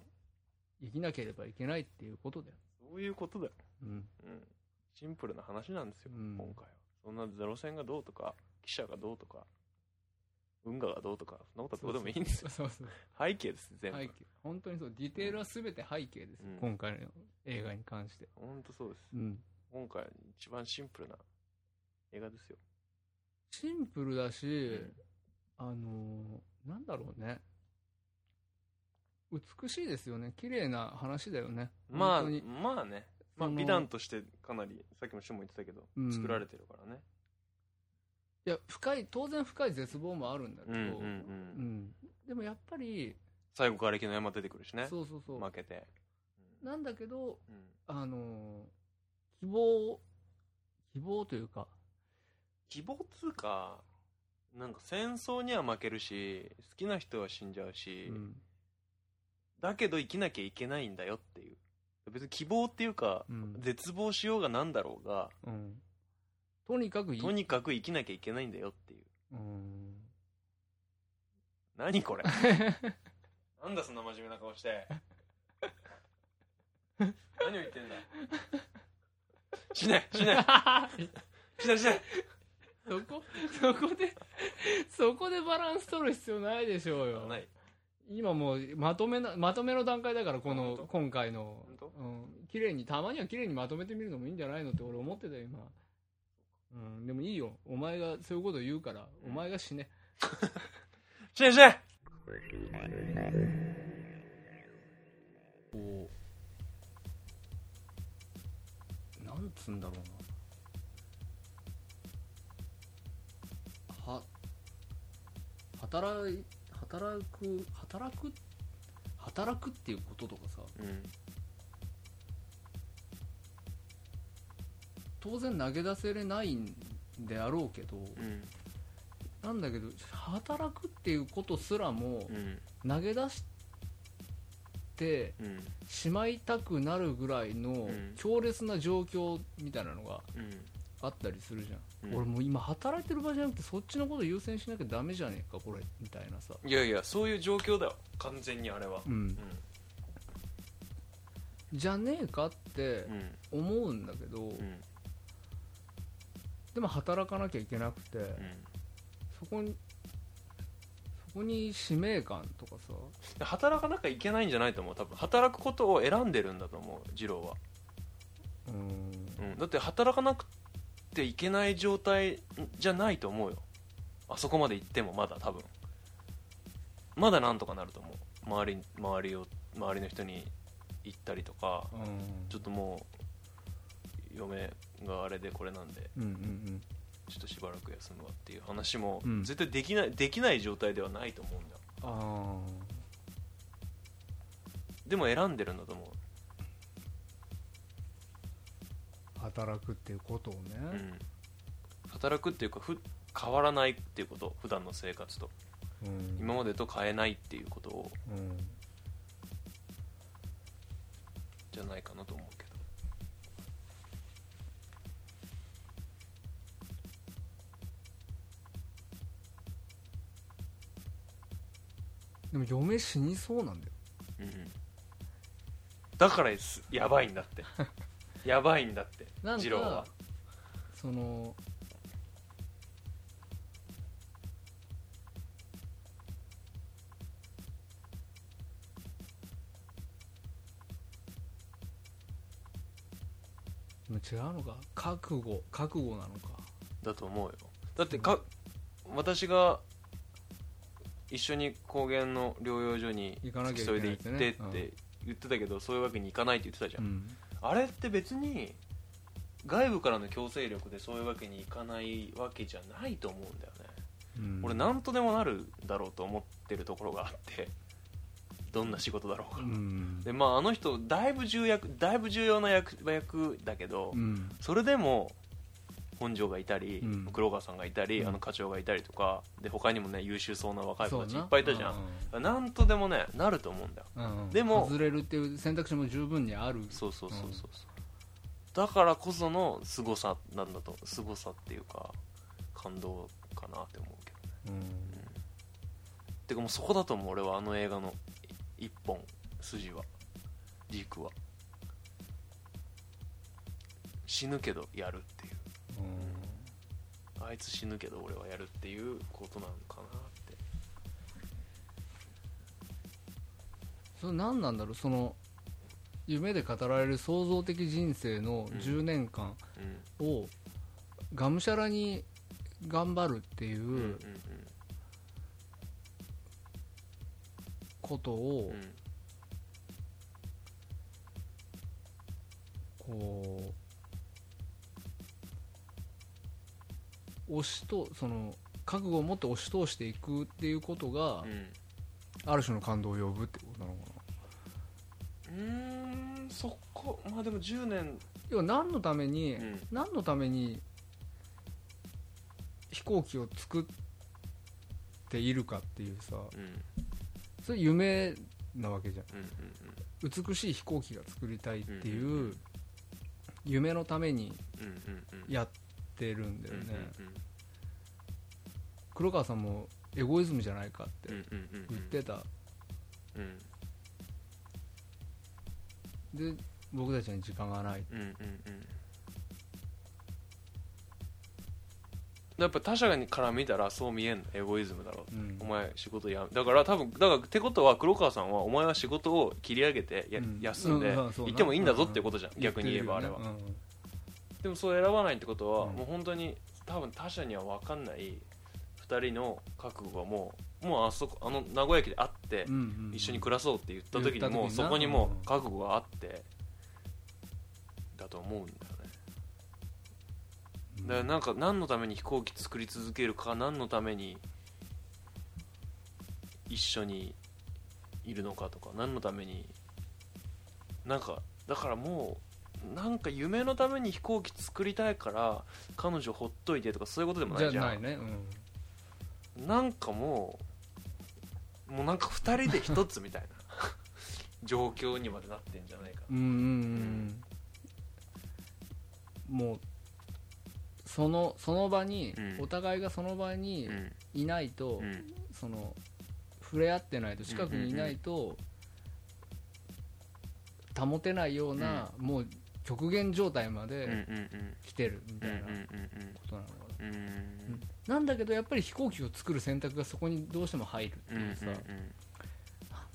生きなければいけないっていうことだよ。
そういうことだよ、
うん。
うん、シンプルな話なんですよ、
うん
今回はそんなゼロ戦がどうとか記者がどうとか運河がどうとかそんなことはどうでもいいんですよ
そうそう。
背景です全部
背景。本当にそう、ディテールは全て背景ですよ、
うん
今回の映画に関して。
ほんとそうです
うん。
今回一番シンプルな映画ですよ
シンプルだし
ん、
あのーなんだろうね。美しいですよね。綺麗な話だよね。
まあ
本当に
まあねまあ
その
美談としてかなりさっきもシュンも言ってたけど、
うん
作られてるからね
いや、深い、当然深い絶望もあるんだけ
うん
ど、
うん
う
うん
んでもやっぱり、
最後瓦礫の山出てくるしね
そうそうそう。
負けてうん
なんだけど、
うん
あのー希望、希望というか、
希望っつうかなんか戦争には負けるし好きな人は死んじゃうし、
うん
だけど生きなきゃいけないんだよっていう別に希望っていうか、
うん
絶望しようがなんだろうが
うんとにかくいい
とにかく生きなきゃいけないんだよっていう
うん、
何こ れなんだそんな真面目な顔して 何を言ってんだしないしないしないしない
そこ、 そこで、そこでバランス取る必要ないでしょうよ。
ない
今もう、まとめな、まとめの段階だから、こ
あ本当
の、今回の
本当。
うん。綺麗に、たまには綺麗にまとめてみるのもいいんじゃないのって俺思ってたよ、今。うん、でもいいよ。お前がそういうこと言うから、お前が死ね。
しないしない
こう、なんつうんだろうな。は、働い、働く、働く、働くっていうこととかさ、
うん
当然投げ出せれないんであろうけど、
うん
なんだけど、働くっていうことすらも
うん
投げ出して
うん
しまいたくなるぐらいの
ん
強烈な状況みたいなのが
うん
あったりするじゃん、
うん
俺もう今働いてる場じゃなくてそっちのこと優先しなきゃダメじゃねえかこれみたいなさ
いやいやそういう状況だよ完全にあれは
うん
う
じゃねえかって
ん
思うんだけど、
うんうん
でも働かなきゃいけなくて、
うん
そこにそこに使命感とかさ
働かなきゃいけないんじゃないと思う多分働くことを選んでるんだと思う二郎は、
うーん
うん、だって働かなくていけない状態じゃないと思うよあそこまで行ってもまだ多分まだなんとかなると思う周り周りを周りの人に行ったりとか
うん
ちょっともう嫁があれでこれなんで
うんうん
ちょっとしばらく休むわっていう話も
うん
絶対できないできない状態ではないと思うんだよ
うんあ
でも選んでるんだと思う
あ働くっていうことをね、
うん、働くっていうかふ変わらないっていうこと普段の生活と
うん
今までと変えないっていうことを
うん
じゃないかなと思うけど
でも嫁死にそうなんだよ
うんだからですやばいんだって やばいんだって
なんか
二郎は
そのでも違うのか覚悟覚悟なのか
だと思うよだってか私が一緒に高原の療養所に
行かなきゃいけ
急
ないい
で
っ
行
て
っ
ね
てって言ってたけど、そういうわけにいかないって言ってたじゃん
うん
あれって別に外部からの強制力でそういうわけにいかないわけじゃないと思うんだよね、
うん
俺なんとでもなるだろうと思ってるところがあってどんな仕事だろうか
う
ら、
ん
でまああの人だいぶ重役だいぶ重要な役役だけど、
うん
それでも本庄がいたり、
うん
黒川さんがいたり、
うん
あの課長がいたりとかで他にもね優秀そうな若い子たち
そう
いっ
な
ぱいいたじゃん、なんとでもねなると思うんだよ
うんうんうん
でも
外れるっていう選択肢も十分にある
そうそうそうそうそう、だからこその凄さなんだと凄さっていうか感動かなって思うけど
うん
てかもうそこだと思う俺はあの映画の一本筋は軸は死ぬけどやるっていう
う
あいつ死ぬけど俺はやるっていうことなのかなって
んそれ何なんだろうその夢で語られる創造的人生の
うん
10年間
う
をがむしゃらに頑張るってい
んうんうん
うこと
うん
を
うん
こう押しとその覚悟を持って押し通していくっていうことが
うん
ある種の感動を呼ぶってことなのかな
うーんそこまあでも10年
要は何のために、
うん
何のために飛行機を作っているかっていうさ
うん
それ夢なわけじゃん
うんうん
美しい飛行機が作りたいって
うんうんう
いうん夢のために
うんうんうん
やってるんだ
う
よ
ん
ね
うんうん
黒川さんもエゴイズムじゃないかって
うんうんうんうん
言ってた
うん
で僕たちに時間がない
うんうんうんやっぱ他者から見たらそう見えんのエゴイズムだろう
うん
お前仕事やだから多分だからってことは黒川さんはお前は仕事を切り上げてや、
うん
休んで
うん
行
うんそう
ってもいいんだぞってことじゃん、
うん
逆に言えばあれは、
言ってるよね
でもそう選ばないってことは、
うん
もう本当に多分他者には分かんない2人の覚悟がもうもうあそこあの名古屋駅で会って
うんうんうん
一緒に暮らそうって言った時にも
言った時にな
うそこにもう覚悟があってだと思うんだよね
うん
だからなんか何のために飛行機作り続けるか何のために一緒にいるのかとか何のためになんかだからもうなんか夢のために飛行機作りたいから彼女ほっといてとかそういうことでもないじゃん
じゃないねうん
なんかもうもうなんか2人で一つみたいな状況にまでなってんじゃないか
うんうんうんもうそのその場に、
うん
お互いがその場に
うん
いないと、
うん
その触れ合ってないと近くにいないと、保てないような、もう極限状態ま
うんうん
で来てるみ
うんう
た
ん
いな
うん
ことなのかな、
うんうんうん
なんだけどやっぱり飛行機を作る選択がそこにどうしても入るって
うんうん
いうさ、
うんうん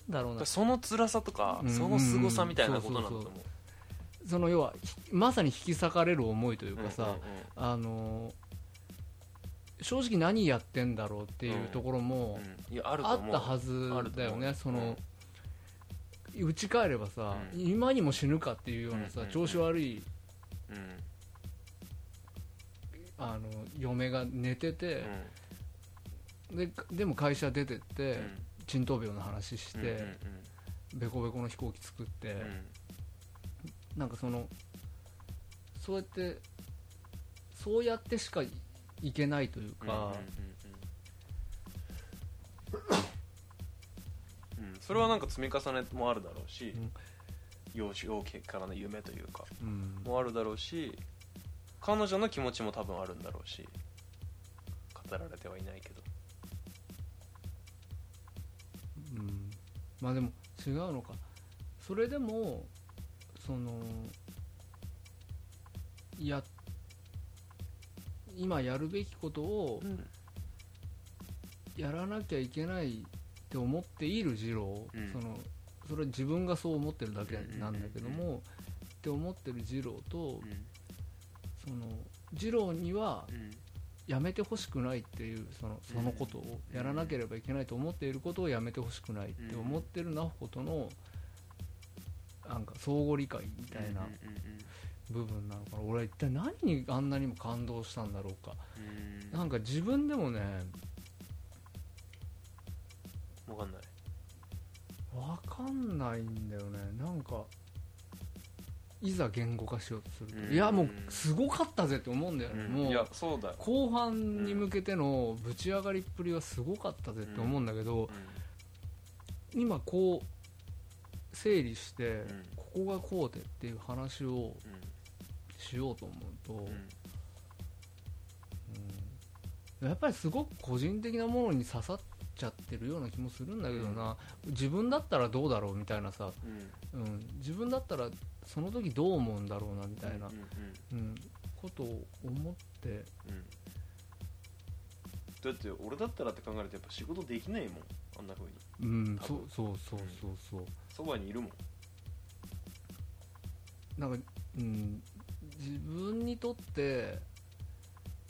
だ
だか
ろうな
らその辛さとか、その凄さみたいなことなんだと思う
うんうんその要はひまさに引き裂かれる思いというかさ、
う
あの正直何やってんだろうっていうところ
ん
も
うんうんうんいやあると
あ
思
っ
う
たはず
あると
だよ
思う
ねその打ち返ればさ
うん
今にも死ぬかっていうような
うん
さ
うん
調子悪い
うんうん
あの嫁が寝ててででも会社出てっ
う
て
ん
沈頭病の話し
うん
て
うん
ベコベコの飛行機作って
うん
なんかそのそうやってそうやってしかいけないという
うんうんうんうん
か
うんうんそれはなんか積み重ねもあるだろうし
うん
幼少期からの夢というか
うん
もあるだろうし彼女の気持ちも多分あるんだろうし語られてはいないけど
うんまあでも違うのかそれでもそのいや今やるべきことを
うん
やらなきゃいけないって思っている次郎、
うん
そのそれは自分がそう思ってるだけなんだけども、
うん
って思ってる次郎
う
と
ん
その次郎には
うん
やめてほしくないっていうそのそのことを
うん
やらなければいけないと思っていることをやめてほしくないって思ってるなほことのなんか相互理解みた
う
いな
んうんうん
部分なのかな俺は一体何にあんなにも感動したんだろうかなんか自分でもね
わかんない
分かんないんだよねなんかいざ言語化しようとすると、
うん
いやもうすごかったぜって思うんだよね、
うん
も
いや
う
そうだよ、
後半に向けてのぶち上がりっぷりはすごかったぜって思うんだけど、今こう整理して、
ん
ここがこうでっていう話をしようと思うと、
うんうん
うんやっぱりすごく個人的なものに刺さっちゃってるような気もするんだけどな、自分だったらどうだろうみたいなさ、
うん、
うん、自分だったらその時どう思うんだろうなみたいな
うんう、ん
うん、ことを思って
うんだって俺だったらって考えるとやっぱ仕事できないもんあんな風に
うん、
多
そう
分
そうそうそうそう、
そばにいるもん
なんか、うん、自分にとって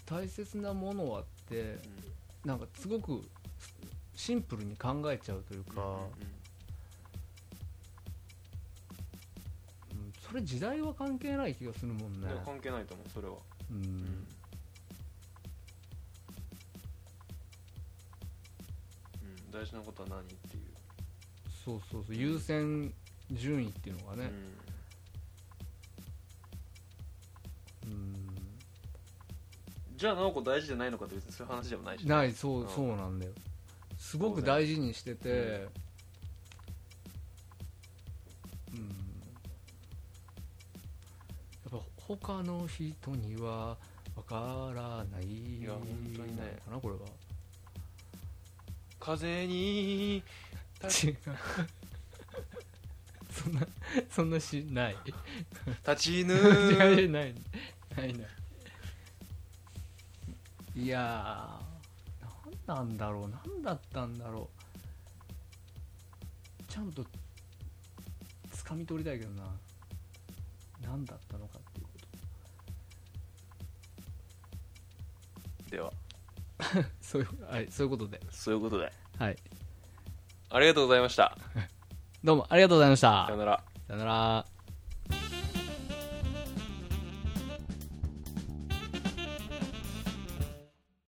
大切なものはってなんかすごくシンプルに考えちゃうというか、うんそれ時代は関係ない気がするも
う
ん
ん
ね
いや、関係ないと思うそれは
う、
うんうん大事なことは何っていう
そうそうそう優先順位っていうのがね、うん、
うんじゃあなおこ大事じゃないのかって別にそういう話でもないしね
ないそう,、
うん
そうなんだよすごく大事にしててうん、やっぱ他の人にはわからない
いや本当にね
なのかなこれは
風に
違う そんなそんなしない
立ちぬ
違うないないないいやー何なんだろう何だったんだろうちゃんと掴み取りたいけどな何だったのかっていうこと
では
そういう,、はい、そういうことで
そういうことで
はい
ありがとうございました
どうもありがとうございました
さよなら
さよなら